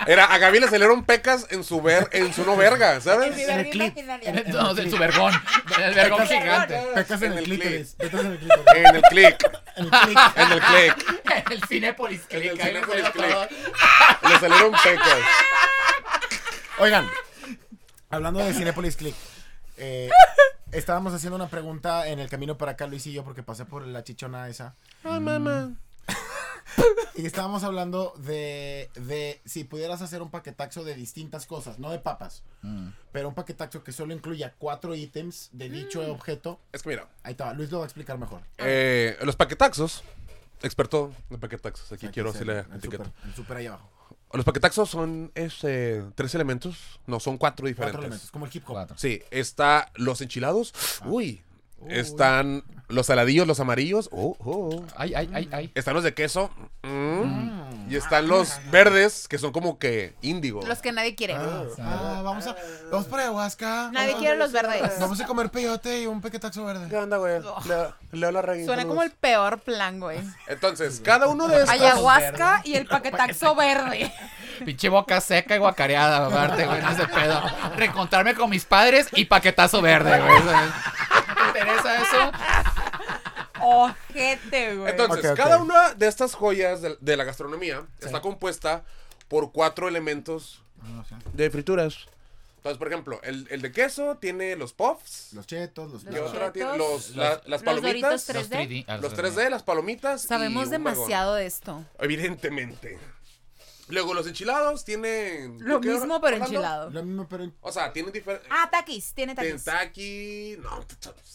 S2: Era, a Gaby le salieron pecas en su ver, en su no verga,
S3: En mi
S2: ¿sabes?
S3: vergüenza
S1: clip.
S3: final, ya.
S5: No, de su vergón. El vergón
S3: Vergón.
S4: (laughs)
S5: gigante.
S1: Pecas en,
S2: En
S1: el
S2: el
S1: clítoris. Pecas en el (laughs)
S2: En el click,
S1: clítoris.
S2: en el
S4: (laughs)
S2: click.
S5: El Cinépolis Click.
S2: En el
S5: ahí lo
S2: Cinépolis
S5: salió todo.
S2: Le salieron pecas.
S1: Oigan, hablando de Cinepolis Click, eh, estábamos haciendo una pregunta en el camino para acá, Luis y yo, porque pasé por la chichona esa. (laughs) Y estábamos hablando de, de si pudieras hacer un paquetaxo de distintas cosas, no de papas,
S2: Mm.
S1: pero un paquetaxo que solo incluya cuatro ítems de dicho objeto.
S2: Es que mira,
S1: Ahí está, Luis lo va a explicar mejor.
S2: eh, los paquetaxos, experto de paquetaxos, aquí quiero
S1: Sí,
S2: hacerle
S1: el
S2: la etiqueta.
S1: súper- el súper ahí abajo.
S2: Los paquetaxos son este, tres elementos, no, son cuatro diferentes.
S1: Cuatro elementos, como el hip hop.
S5: Cuatro.
S2: Sí, está los enchilados.
S1: Ah.
S2: Uy. Están los saladillos, los amarillos. Oh, oh.
S5: Ay, ay, ay, ay.
S2: Están los de queso. Mm. Y están los verdes, que son como que índigo.
S3: Los que nadie quiere.
S1: Ah, vamos a. Vamos para ayahuasca.
S3: Nadie
S1: Vamos-
S3: quiere los verdes.
S1: Vamos a comer peyote y un paquetaxo verde.
S2: onda, güey? Leo, Leo la reina.
S7: Suena como el peor plan, güey.
S2: Entonces, cada uno de estos.
S7: Ayahuasca y el paquetaxo verde.
S4: Pinche boca seca y guacareada, aparte, güey, no ese pedo. Reencontrarme con mis padres y paquetazo verde, güey. ¿sabes? ¿Te interesa eso?
S3: Ojete, güey.
S2: Entonces,
S1: Ok, ok.
S2: cada una de estas joyas de, de la gastronomía está compuesta por cuatro elementos
S1: Ah,
S2: de frituras. Entonces, por ejemplo, el, el de queso tiene los puffs,
S1: Los chetos, los
S2: y
S1: tacos.
S2: otra
S3: chetos,
S2: tiene los, la-
S4: los-
S2: las
S3: los
S2: palomitas,
S3: Doritos
S4: Los 3D. ah,
S2: los 3D, las palomitas. y
S3: Sabemos
S2: un vagón.
S3: demasiado de esto.
S2: Evidentemente. Luego, los enchilados tienen.
S3: Lo
S2: ¿qué,
S3: mismo, pero
S2: Orlando?
S3: enchilado.
S1: Lo mismo, pero.
S2: O sea, tienen diferentes.
S3: Ah, taquis, tiene taquis.
S2: Kentucky. No,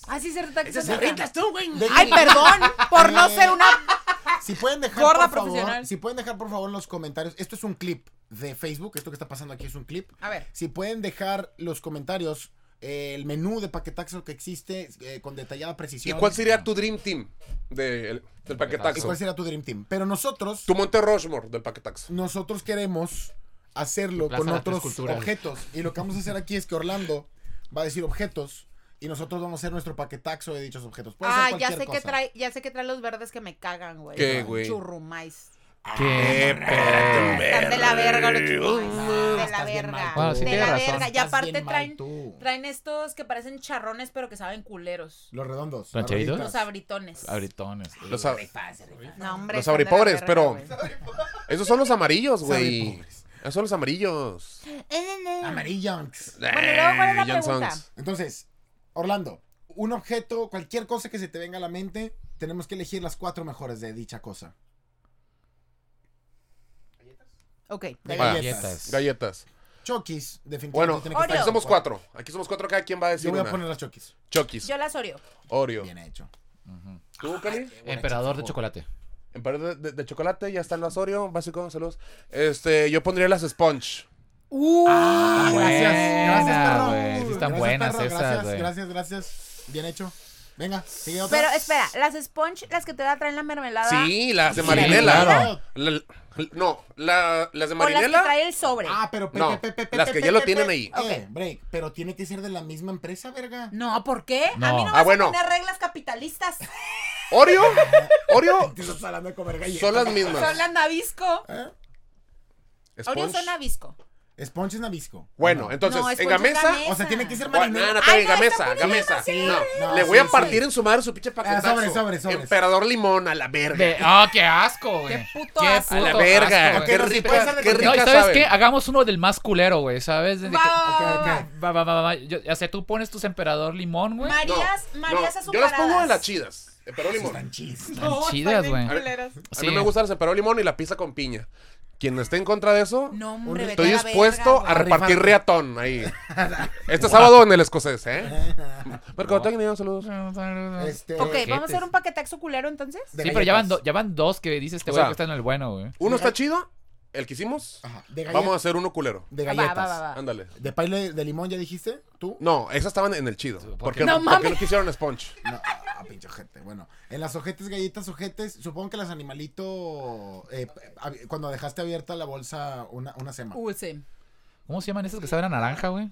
S3: Ah, sí, cierto, taquis.
S2: Esas
S3: son
S2: gorditas
S3: taquis.
S2: tú, güey.
S1: De-
S3: Ay, perdón
S1: (laughs)
S3: por no ser una.
S1: Si pueden dejar,
S3: Gorda
S1: por favor,
S3: profesional.
S1: si pueden dejar por favor en los comentarios, esto es un clip de Facebook, esto que está pasando aquí es un clip.
S3: A ver.
S1: Si pueden dejar los comentarios eh, el menú de paquetaxo que existe eh, con detallada
S2: ¿Y
S1: precisión.
S2: cuál sería tu dream team de- el- del
S1: ¿Y
S2: paquetaxo?
S1: cuál sería tu dream team? Pero nosotros
S2: Tu Monte Rushmore del paquetaxo.
S1: nosotros queremos hacerlo
S4: Plaza
S1: con
S4: de las Tres
S1: otros
S4: Culturas.
S1: objetos y lo que vamos a hacer aquí es que Orlando va a decir objetos y nosotros vamos a hacer nuestro paquetaxo de dichos objetos. Puede ser
S3: Ah, ya
S1: cualquier
S3: sé que
S1: cosa.
S3: trae, ya sé que trae los verdes que me cagan, güey.
S2: ¿Qué,
S3: Son
S2: güey?
S3: Churrumais.
S4: Qué pedo.
S3: Están de la verga los churrumais. Ah, De la
S1: Estás bien mal, tú.
S3: verga.
S4: Bueno, sí
S3: de
S4: tiene
S3: la
S4: razón.
S3: verga. Y
S1: Estás
S3: aparte
S1: bien mal,
S3: traen,
S1: tú.
S3: traen estos que parecen charrones, pero que saben culeros.
S1: Los redondos.
S4: ¿Rancheritos?
S1: las
S3: Los
S1: roditas.
S3: abritones.
S4: Abritones.
S2: Los, a-
S3: No, hombre.
S2: los
S3: están de la
S2: abripobres,
S3: verga,
S2: pero.
S3: güey.
S2: Esos son los amarillos, güey.
S1: Abripobres.
S2: Esos son los amarillos.
S1: Amarillanks.
S3: Bueno, y luego, ¿cuál es la
S2: Eh, John
S3: pregunta?
S2: Songs.
S1: Entonces, Orlando, un objeto, cualquier cosa que se te venga a la mente, tenemos que elegir las cuatro mejores de dicha cosa.
S3: Ok.
S1: De
S2: Ah.
S1: galletas.
S2: Galletas.
S1: Chokis, definitivamente.
S2: Bueno,
S1: tiene que
S3: Oreo.
S2: aquí
S1: estar.
S2: somos cuatro. Aquí somos cuatro. Cada quien va a decir
S1: Yo voy a
S2: una.
S1: poner las Chokis.
S2: Chokis.
S3: Yo las Oreo.
S2: Oreo.
S1: Bien hecho.
S2: ¿Tú, Cali?
S4: Emperador de chocolate.
S2: En par de, de- de chocolate, ya están las Oreo, básico, saludos. Este, yo pondría las Sponge.
S1: Uh,
S2: Ah,
S1: Ah, Gracias, gracias, perro.
S4: Ah, güey. Sí están
S1: Gracias,
S4: buenas
S1: perro,
S4: esas,
S1: Gracias,
S4: güey.
S1: gracias, gracias. Bien hecho. Venga, sigue otra.
S3: Pero espera, las sponge, las que te da traen la mermelada.
S2: pues. Sí, las de
S4: Sí,
S2: Marinela.
S4: claro.
S2: La- la- no, la- las de
S3: O las que
S2: Marinela.
S3: trae el sobre.
S1: Ah, pero pe-
S2: No,
S1: pe- pe- pe-
S2: las
S1: pe-
S2: que
S1: pe-
S2: ya lo
S1: pe-
S2: tienen
S1: pe-
S2: ahí.
S1: Eh, break, pero tiene que ser de la misma empresa, verga.
S3: No, ¿por qué? A
S4: No.
S3: mí no
S4: Ah,
S3: me
S2: bueno. Pues.
S3: poner reglas capitalistas.
S2: Oreo, Oreo
S1: (laughs) Te estás hablando de comer
S2: son
S1: galletas.
S2: las mismas.
S3: Son las Nabisco.
S1: ¿Eh?
S3: Oreo
S2: Sponge.
S3: son Nabisco.
S1: Sponge es Nabisco.
S2: Bueno, entonces,
S3: No,
S2: en
S3: Sponge
S2: Gamesa.
S3: es
S1: O sea, tiene que ser Ah,
S2: Bueno, no,
S1: marinela.
S2: no,
S3: Ay,
S2: en
S3: no, está
S2: Gamesa,
S3: poniendo
S2: Gamesa.
S3: así.
S2: No,
S1: No,
S2: le voy a
S1: sí,
S2: partir
S1: sí.
S2: en su madre su pinche paquetazo.
S1: sobre, sobre, sobre.
S2: Emperador limón, a la verga.
S4: De- ¡Ah, qué asco, güey!
S3: Qué puto
S4: Qué
S3: asco.
S2: a la
S4: puto
S2: verga.
S4: asco,
S2: qué
S1: güey.
S2: rica,
S1: Puede ser de
S2: qué
S1: cualquier-
S2: rica
S4: No, ¿y ¿sabes
S2: saben.
S4: qué? Hagamos uno del más culero, güey, ¿sabes? Desde que-
S3: Va.
S4: Va, va, va, va, va. Yo- o sea, tú pones tus emperador limón, güey.
S2: No,
S3: Marías,
S2: no,
S3: Marías
S2: Yo las
S3: azucaradas.
S2: pongo en las chidas. Emperador limón.
S1: Están (laughs) chis.
S4: Están chidas, güey.
S2: A mí me gusta el emperador limón y la pizza con piña. Quien esté en contra de eso,
S3: No, hombre, vete
S2: estoy
S3: a la
S2: dispuesto
S3: verga,
S2: a
S3: güey.
S2: repartir riatón (laughs) ahí. Este sábado en el escocés, ¿eh? Mercadotecnia, saludos.
S1: Este,
S3: Ok, vamos a
S4: Paquetes.
S3: hacer un paquetaxo culero entonces.
S1: de
S4: Sí, pero ya van,
S1: galletas.
S4: do- ya van dos que dice este
S2: O
S4: güey
S2: sea,
S4: que está en el bueno, güey.
S2: Uno está chido, el que hicimos.
S1: Ajá, de galletas.
S2: Vamos a hacer uno culero.
S1: De
S3: Va,
S1: galletas.
S3: va, va, va.
S2: Ándale.
S1: ¿De paile de limón ya dijiste? ¿Tú?
S2: No, esas estaban en el chido. ¿Por qué
S4: No
S2: no, ¿por qué no quisieron sponge?
S1: No, ah, pinche ojete. Bueno, en las ojetes, galletas, ojetes, supongo que las animalito. eh, ab- cuando dejaste abierta la bolsa una, una sema.
S3: Uh, sí.
S4: ¿Cómo se llaman esas que saben a naranja, güey?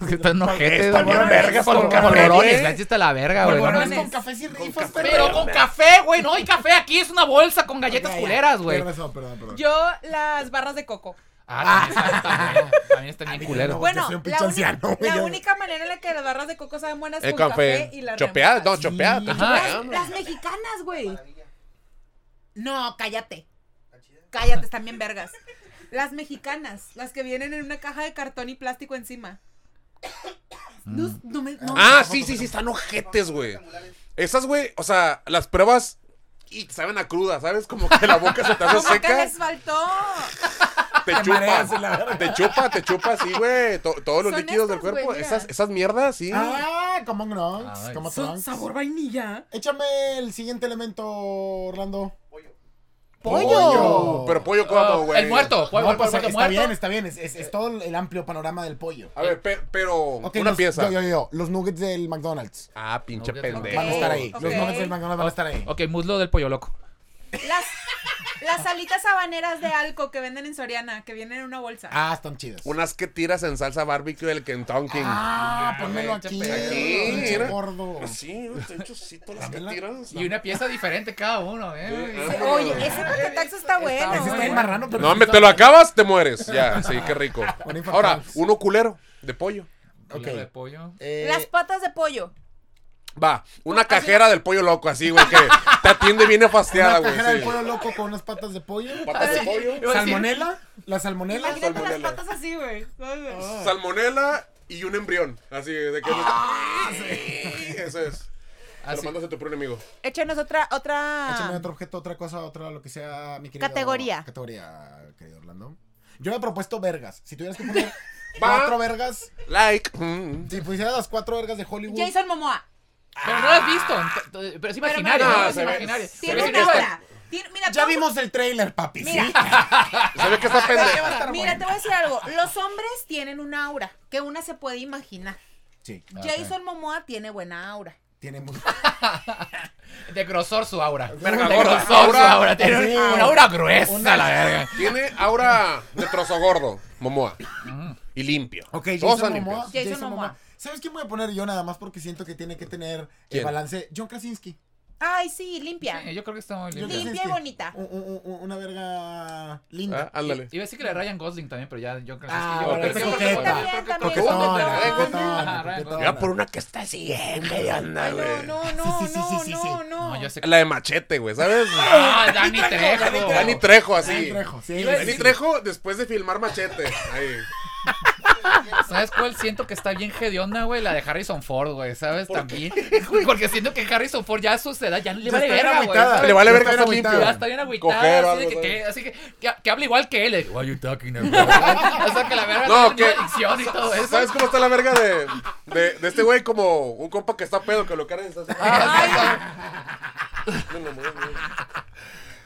S4: Es que están ojetes,
S2: Están bien
S4: güey.
S2: vergas con
S4: Pol-
S2: café,
S4: polvorones,
S2: güey.
S4: la chiste a la verga, güey.
S1: Polvorones
S4: ¿no?
S1: con café y rifas,
S4: Pero con café, güey, no hay café aquí, es una bolsa con galletas culeras, güey.
S1: Perdón, perdón, perdón.
S3: Yo las barras de coco.
S4: Ah, también están bien- también están bien culeros.
S1: Porque
S3: Bueno,
S1: soy un
S3: la,
S1: pinche
S3: única-
S1: anciano, güey,
S3: la
S1: ya.
S3: única manera en la que las barras de coco saben buenas es
S2: El
S3: con café,
S2: Eh, café.
S3: y las
S2: Chopeadas, no,
S3: remojas.
S2: chopeadas.
S4: Ajá.
S3: Las mexicanas, güey. No, cállate. Cállate, están bien vergas. Las mexicanas, las que vienen en una caja de cartón y
S2: (coughs)
S3: plástico encima. No, no me- no.
S2: Ah, sí, sí, sí, están ojetes, güey. Esas, güey, o sea, las pruebas y saben a cruda, ¿sabes? Como que la boca se
S1: (laughs)
S2: te hace
S3: Como que
S2: seca,
S3: les faltó.
S2: te chupa, te chupa, te chupa, sí, güey, to- todos los
S3: Son
S2: líquidos del
S3: estas, güey,
S2: cuerpo,
S3: mira.
S2: esas, esas mierdas, sí.
S1: Ah, ¿cómo no?
S4: Ay.
S1: ¿Cómo
S3: Son
S1: no?
S3: sabor vainilla.
S1: Échame el siguiente elemento, Orlando.
S2: Pollo. Pero pollo como, güey.
S4: Ah, Oh, El muerto,
S1: No,
S4: pollo,
S1: pero
S4: pollo,
S1: está
S4: muerto.
S1: bien, está bien. Es, es- es todo el amplio panorama del pollo.
S2: A ver, pe- pero
S1: Ok,
S2: una
S1: los-
S2: pieza.
S1: Yo, yo, yo. Los nuggets del McDonald's.
S2: Ah, pinche
S4: No, ya-
S2: pendejo.
S1: Van a estar ahí.
S3: Ok.
S1: Los nuggets del McDonald's van a estar ahí.
S4: Ok, muslo del pollo loco.
S3: Las, Las alitas habaneras de Alco que venden en Soriana, que vienen en una bolsa.
S1: Ah, están chidas.
S2: Unas que tiras en salsa barbecue del Kentucky.
S1: Ah, ponmelo aquí.
S2: Aquí,
S1: pinche
S2: mira.
S1: gordo.
S2: Pues sí, de hecho, sí, todas las que tiras.
S4: Y una pieza diferente cada uno, ¿eh?
S3: Sí, Oye, ese taxo está bueno.
S1: Ese está
S3: ¿eh?
S1: bien marrano, pero
S2: No,
S1: sí
S2: me
S1: está
S2: te lo
S1: bueno.
S2: acabas, te mueres. Ya, sí,
S1: (laughs)
S2: qué rico.
S1: Buena
S2: Ahora,
S1: infantil.
S2: uno culero de pollo.
S1: Ok.
S4: Kilo de pollo.
S1: Eh,
S3: Las patas de pollo.
S2: Va, una cajera del pollo loco, así, güey, que te atiende bien
S1: una
S2: afasteada, güey.
S1: cajera de
S2: sí.
S1: pollo loco con unas patas de pollo.
S2: Patas de pollo,
S1: ¿Salmonela? ¿La salmonela?
S3: Imagínate las
S2: salmonela. Oh.
S3: patas así, güey.
S2: salmonela y un embrión. Así, de que.
S1: Ah,
S2: Sí, (laughs) Eso es. Te lo
S4: Así.
S2: mandas a tu propio enemigo.
S3: Échanos otra,
S1: Échame
S3: otra.
S1: otro objeto, otra cosa, otra, lo que sea, mi querido.
S3: Ah. Categoría.
S1: Categoría, querido Orlando. Yo me he propuesto vergas. Si tuvieras que
S4: (laughs)
S1: poner
S2: Va.
S1: cuatro vergas,
S2: Like. Mm.
S1: si pusieras las cuatro vergas de Hollywood.
S3: Jason Momoa.
S4: Pero no lo has visto. ent- t- Ah. Pero es imaginario,
S2: no,
S4: ¿no? Es
S2: se ve-
S4: imaginario.
S3: Tiene
S2: que
S3: una
S2: está-
S3: hora. Tiene- mira,
S1: Ya
S3: vamos-
S1: vimos el trailer, papi.
S3: Mira.
S1: ¿sí?
S2: Se ve
S1: (laughs)
S2: que está pendejo.
S3: Mira, te voy a decir algo. Los hombres tienen una aura que una se puede imaginar.
S1: Sí,
S3: Jason Momoa tiene buena aura.
S1: tiene
S4: (laughs)
S1: muy...
S4: De grosor su aura.
S2: Verga
S4: de
S2: gorda.
S4: grosor su
S2: Aura.
S4: aura. Tiene
S1: Sí.
S4: un- una aura gruesa,
S1: Una-
S4: la verga.
S2: Tiene aura de trozo gordo, Momoa. Y limpio.
S1: Mm. Ok,
S2: Todos
S1: Jason
S2: están
S1: Momoa.
S2: limpios.
S3: Jason Momoa.
S1: ¿Sabes quién voy a poner yo nada más? Porque siento que tiene que tener el
S2: ¿Quién?
S1: balance. John Krasinski.
S3: Ay, sí, limpia.
S4: Sí, yo creo que está muy
S1: John
S4: limpio.
S3: Limpia y
S1: Krasinski.
S3: bonita.
S1: Un- un- un- una verga linda.
S2: Ah, ándale.
S4: Iba a decir que le Ryan Gosling también, pero ya yo creo que
S1: Ah,
S4: yo
S1: bueno,
S4: creo
S1: ese
S4: que-
S1: es
S4: creo que-
S1: coqueta.
S4: creo que-
S3: También,
S4: coquetón,
S1: Coquetón,
S3: coquetón.
S4: Ryan Gosling.
S1: coquetón,
S4: Ajá, Ryan
S1: coquetón.
S2: Mira, por una que está así, eh, güey, anda,
S3: Ay, no,
S2: güey.
S3: no, no,
S1: Ah, Sí, sí, sí, sí, sí, sí.
S3: no, no,
S4: No, yo
S3: no.
S4: sé que-
S2: La de machete, güey, ¿sabes?
S4: Ah, Dani Trejo.
S2: Dani Trejo, así.
S1: Dani Trejo, sí.
S4: Iba a
S2: Dani
S4: Sí.
S2: Trejo después de filmar Machete. Ahí.
S4: ¿Sabes cuál siento que está bien hedionda, güey? La de Harrison Ford, güey, ¿sabes?
S2: ¿Por
S4: También. (laughs) Porque siento que Harrison Ford ya a su edad ya le
S1: Ya
S4: vale
S1: está
S4: verga, güey.
S1: agüitada.
S4: ¿sabes?
S2: Le vale
S1: Ya
S2: verga
S1: está
S2: estar limpio.
S1: agüitada.
S4: Ah, Ya está bien
S2: Coger o
S4: agüitada, así, de
S2: algo,
S4: que,
S2: ¿sabes?
S4: que- así que, que, que habla igual que él. eh, Why you talking about? o sea, que la verga
S2: No,
S4: tiene
S2: que-
S4: una adicción y todo eso.
S2: ¿Sabes cómo está la verga de, de, de este güey? Como un compa que está pedo, que lo cara está así. No, no, no, no.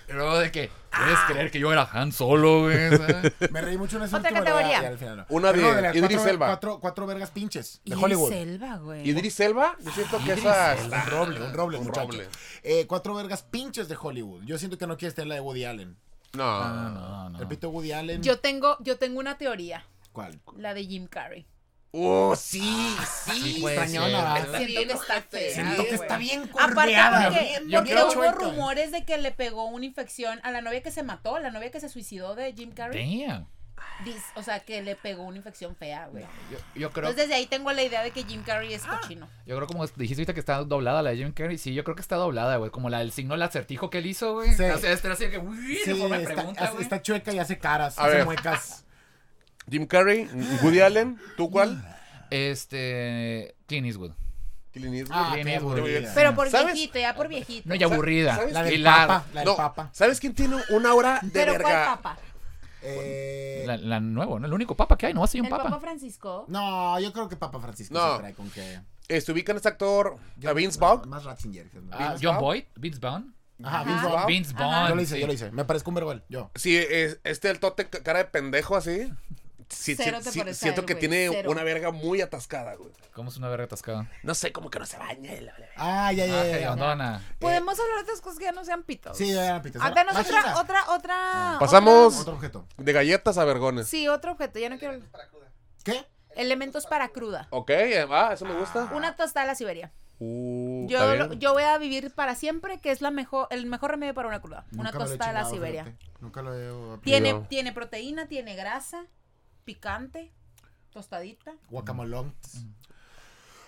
S4: Pero de que, ¿puedes creer que yo era Han Solo, güey? ¿sabes?
S1: Me reí mucho en esa
S3: Otra
S1: última, pero
S3: categoría.
S1: ya- ya al final no.
S2: Una
S1: Pero
S2: de
S1: no, las
S2: Idris
S1: cuatro,
S2: Elba.
S1: Cuatro, cuatro vergas pinches de
S3: Y
S1: Hollywood.
S3: Selva, güey.
S2: ¿Idris Elba? Yo siento que esa está...
S1: Un roble, un roble,
S2: Un
S1: muchacho.
S2: roble.
S1: Eh, cuatro vergas pinches de Hollywood. Yo siento que no quieres tener la de Woody Allen.
S2: No.
S4: (laughs) No, no.
S1: El pito de Woody Allen.
S3: Yo tengo, yo tengo una teoría,
S1: ¿Cuál?
S3: la de Jim Carrey.
S2: Oh, sí, sí.
S4: puede
S1: extrañona,
S4: ser.
S1: ¿verdad?
S3: Siento que está fea.
S1: Siento que está
S3: güey.
S1: bien curveada.
S3: Aparte porque,
S4: Yo
S3: porque
S4: creo-
S3: hubo
S1: chueca.
S3: rumores de que le pegó una infección a la novia que se mató, la novia que se suicidó de Jim Carrey.
S4: Damn.
S3: Dis- o sea, que le pegó una infección fea, güey.
S4: Yo, yo creo,
S3: Entonces desde ahí tengo la idea de que Jim Carrey es
S1: Ah.
S3: cochino.
S4: yo creo como dijiste ahorita que está doblada la de Jim Carrey. Sí, yo creo que está doblada, güey. Como la del signo del acertijo que él hizo, güey.
S1: Sí.
S4: O sea, este era así de que, uy,
S1: Sí,
S4: de forma de
S1: está,
S4: pregunta,
S1: hace-
S4: güey.
S1: está chueca y hace caras,
S2: A
S1: hace
S2: ver.
S1: muecas.
S2: Jim Carrey, Woody Allen, ¿tú cuál?
S4: Este, Clint Eastwood.
S2: Clint Eastwood.
S1: Ah,
S4: Clint
S1: qué
S4: Eastwood.
S1: aburrida.
S3: Pero por
S2: ¿Sabes?
S3: viejito, ya por viejito.
S4: No, y aburrida.
S2: ¿Sabes?
S1: La del
S4: Pilar.
S1: papa, la del
S2: No,
S1: papa.
S2: ¿Sabes quién tiene una hora de
S3: Pero
S2: verga?
S3: ¿cuál papa?
S1: Eh,
S4: La, la nuevo, ¿no? El único papa que hay, no hace un
S3: ¿El
S4: papa.
S3: Papa Francisco?
S1: No, yo creo que Papa Francisco
S2: No.
S1: se trae con que...
S2: Este, ubican a este actor, a Vince
S1: no,
S2: Vaughn.
S1: Más Ratzinger. que es más-
S4: Ah,
S2: Vince
S4: John
S2: Vaughn.
S4: Boyd, Vince Vaughn.
S1: Ajá,
S3: Vince
S1: Vince
S3: Vaughn.
S1: Vaughn.
S4: Vince
S3: Ajá.
S4: Vaughn.
S1: Yo lo hice,
S4: sí.
S1: yo lo hice. Me parezco un vergüenza, yo.
S2: Sí, es, este el tote ca- cara de pendejo así. Sí,
S3: Cero
S2: sí,
S3: te
S2: sí,
S3: parece a
S2: siento
S3: él,
S2: que
S3: güey,
S2: tiene
S3: cero.
S2: una verga muy atascada, güey.
S4: ¿Cómo es una verga atascada?
S2: No sé, como que no se baña. y la- la- la-
S1: Ah, ya, ya,
S4: Ah,
S1: ya, ya.
S4: hediondona.
S3: Podemos hablar de otras cosas que ya no sean pitos.
S1: eh. Sí, ya, ya, Peter.
S3: Acá nos
S1: Máquina.
S3: Ah, otra, otra, otra.
S2: Pasamos-
S1: Otro objeto.
S2: De galletas a vergones.
S3: otra- sí, otro objeto, ya no quiero.
S8: Para cruda.
S1: ¿Qué?
S3: Elementos para cruda.
S2: Ok, eh, va, eso me gusta.
S3: Una
S1: Ah.
S3: tostada a la Siberia.
S2: Uh,
S3: Ah. Yo,
S2: está
S3: lo-
S2: bien.
S3: yo voy a vivir para siempre, que es la mejor, el mejor remedio para una cruda.
S1: Nunca
S3: una
S1: me lo he
S3: tostada a la
S1: chingado,
S3: Siberia.
S1: fíjate. Nunca lo he aplicado.
S3: Tiene,
S2: Yo-
S3: tiene proteína, tiene grasa, picante, tostadita.
S1: Guacamolón.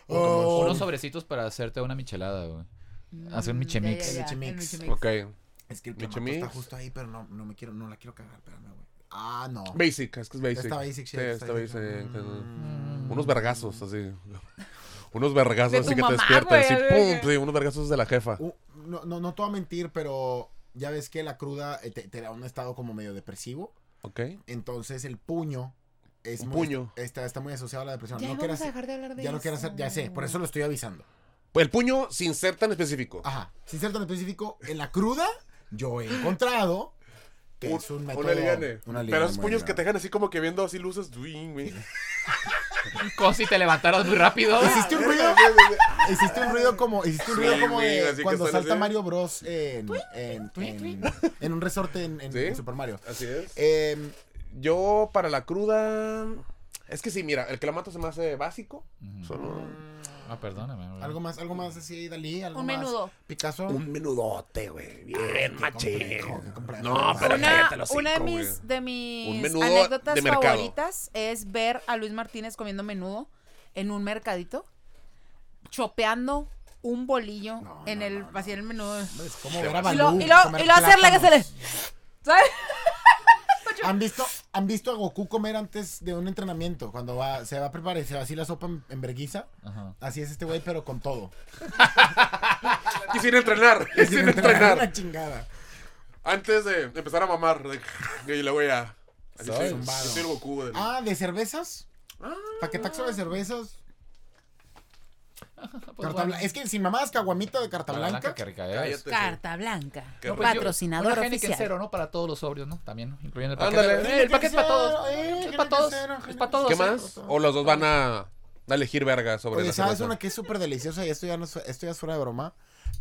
S4: O
S1: Oh,
S4: Unos sobrecitos para hacerte una michelada, güey. Hace un
S3: Mm, ya,
S4: michemix.
S3: ya, ya, el
S1: Michemix.
S3: michemix.
S2: Ok.
S1: es que el
S2: Mucho
S1: clamato está
S2: mix.
S1: justo ahí, pero no, no me quiero, no la quiero cagar, espérame, güey. Ah, no.
S2: Basic, es que es basic.
S1: Está basic,
S2: sí.
S1: shit,
S2: Está
S1: está
S2: basic.
S1: basic.
S2: mm. Unos vergazos, así. (laughs) Unos vergazos,
S3: De tu
S2: así que
S3: mamá,
S2: te despiertas.
S3: güey,
S2: Sí,
S3: a ver,
S2: pum, sí, unos vergazos de la jefa.
S1: Uh, no, no, no te voy a mentir, pero ya ves que la cruda eh, te, te da un estado como medio depresivo.
S2: Ok.
S1: Entonces el puño es
S2: Un
S1: muy,
S2: puño.
S1: Está, está muy asociado a la depresión.
S3: Ya
S1: no
S3: vamos
S1: quieras,
S3: a dejar de hablar de
S1: ya no quieras hacer, ya sé, por eso lo estoy avisando.
S2: Pues el puño sin ser tan específico.
S1: Ajá. Sin ser tan específico, en la cruda yo he encontrado que es un método.
S2: un aliviane.
S1: un aliviane
S2: Pero esos
S1: muy
S2: puños que te
S1: grande.
S2: dejan así como que viendo así (laughs) luces. Duin, güey.
S4: Como si te levantaras muy rápido.
S2: (laughs)
S1: ¿Hiciste un ruido? Hiciste un ruido como, hiciste un ruido
S2: Sí,
S1: como
S2: güey,
S1: de
S2: así que
S1: cuando
S2: están
S1: salta
S2: así.
S1: Mario Bros. en, en, en, en un resorte en, en-
S2: ¿Sí?
S1: en Super Mario.
S2: Así es.
S1: Em,
S2: Eh, Yo para la cruda. Es que sí, mira, el clamato se me hace básico. Solo
S4: Ah, perdóname. güey.
S1: algo más, algo más así, Dalí, algo
S3: Un
S1: más.
S3: menudo.
S1: Picasso. pues,
S2: un menudote, güey. Bien, Ah, machín.
S1: complejo, qué complejo.
S2: No, pero
S3: Una,
S2: cállate los
S3: una de
S2: cinco,
S3: mis,
S2: güey.
S3: de mis
S2: Un menudo
S3: anécdotas
S2: de mercado.
S3: favoritas es ver a Luis Martínez comiendo menudo en un mercadito, chopeando un bolillo
S1: No,
S3: en
S1: no,
S3: el,
S1: no, no.
S3: así en el menudo.
S1: Es como ver a
S3: Y
S1: Balú
S3: lo, y lo,
S1: comer
S3: y lo hacerle que se le.
S1: plátanos.
S3: ¿Sabes?
S1: ¿Han visto, han visto a Goku comer antes de un entrenamiento. Cuando va, se va a preparar, y se va así la sopa en, en verguiza.
S4: Ajá.
S1: Así es este güey, pero con todo.
S2: Y sin entrenar. Y sin
S1: (laughs)
S2: (laughs) entrenar.
S1: Una chingada.
S2: Antes de empezar a mamar. de- Y la voy a. Así
S1: Soy
S2: soy,
S1: zumbado.
S2: yo soy el Goku. del-
S1: Ah, ¿de cervezas?
S2: Ah.
S1: Paquetaxo de cervezas.
S4: Pues
S1: Carta
S4: bueno.
S1: blan- Es que sin mamadas, caguamita de carta
S4: Para
S1: blanca. Pues
S4: que rica, eh.
S2: Cállate.
S3: Carta blanca.
S2: No, pues yo-
S3: patrocinador
S4: Una Heineken
S3: oficial.
S4: cero, ¿no? Para todos los sobrios, ¿no? También, ¿no? incluyendo el paquete.
S2: Ándale.
S4: Eh, el paquete es para todos.
S1: Eh,
S4: Es para todos. Es para todos.
S2: ¿Qué
S4: eh.
S2: más? O los dos van a. a elegir verga sobre
S1: Oye,
S2: la
S1: ¿sabes
S2: cerveza?
S1: una que es súper deliciosa? Y esto ya, no es, esto ya es fuera de broma.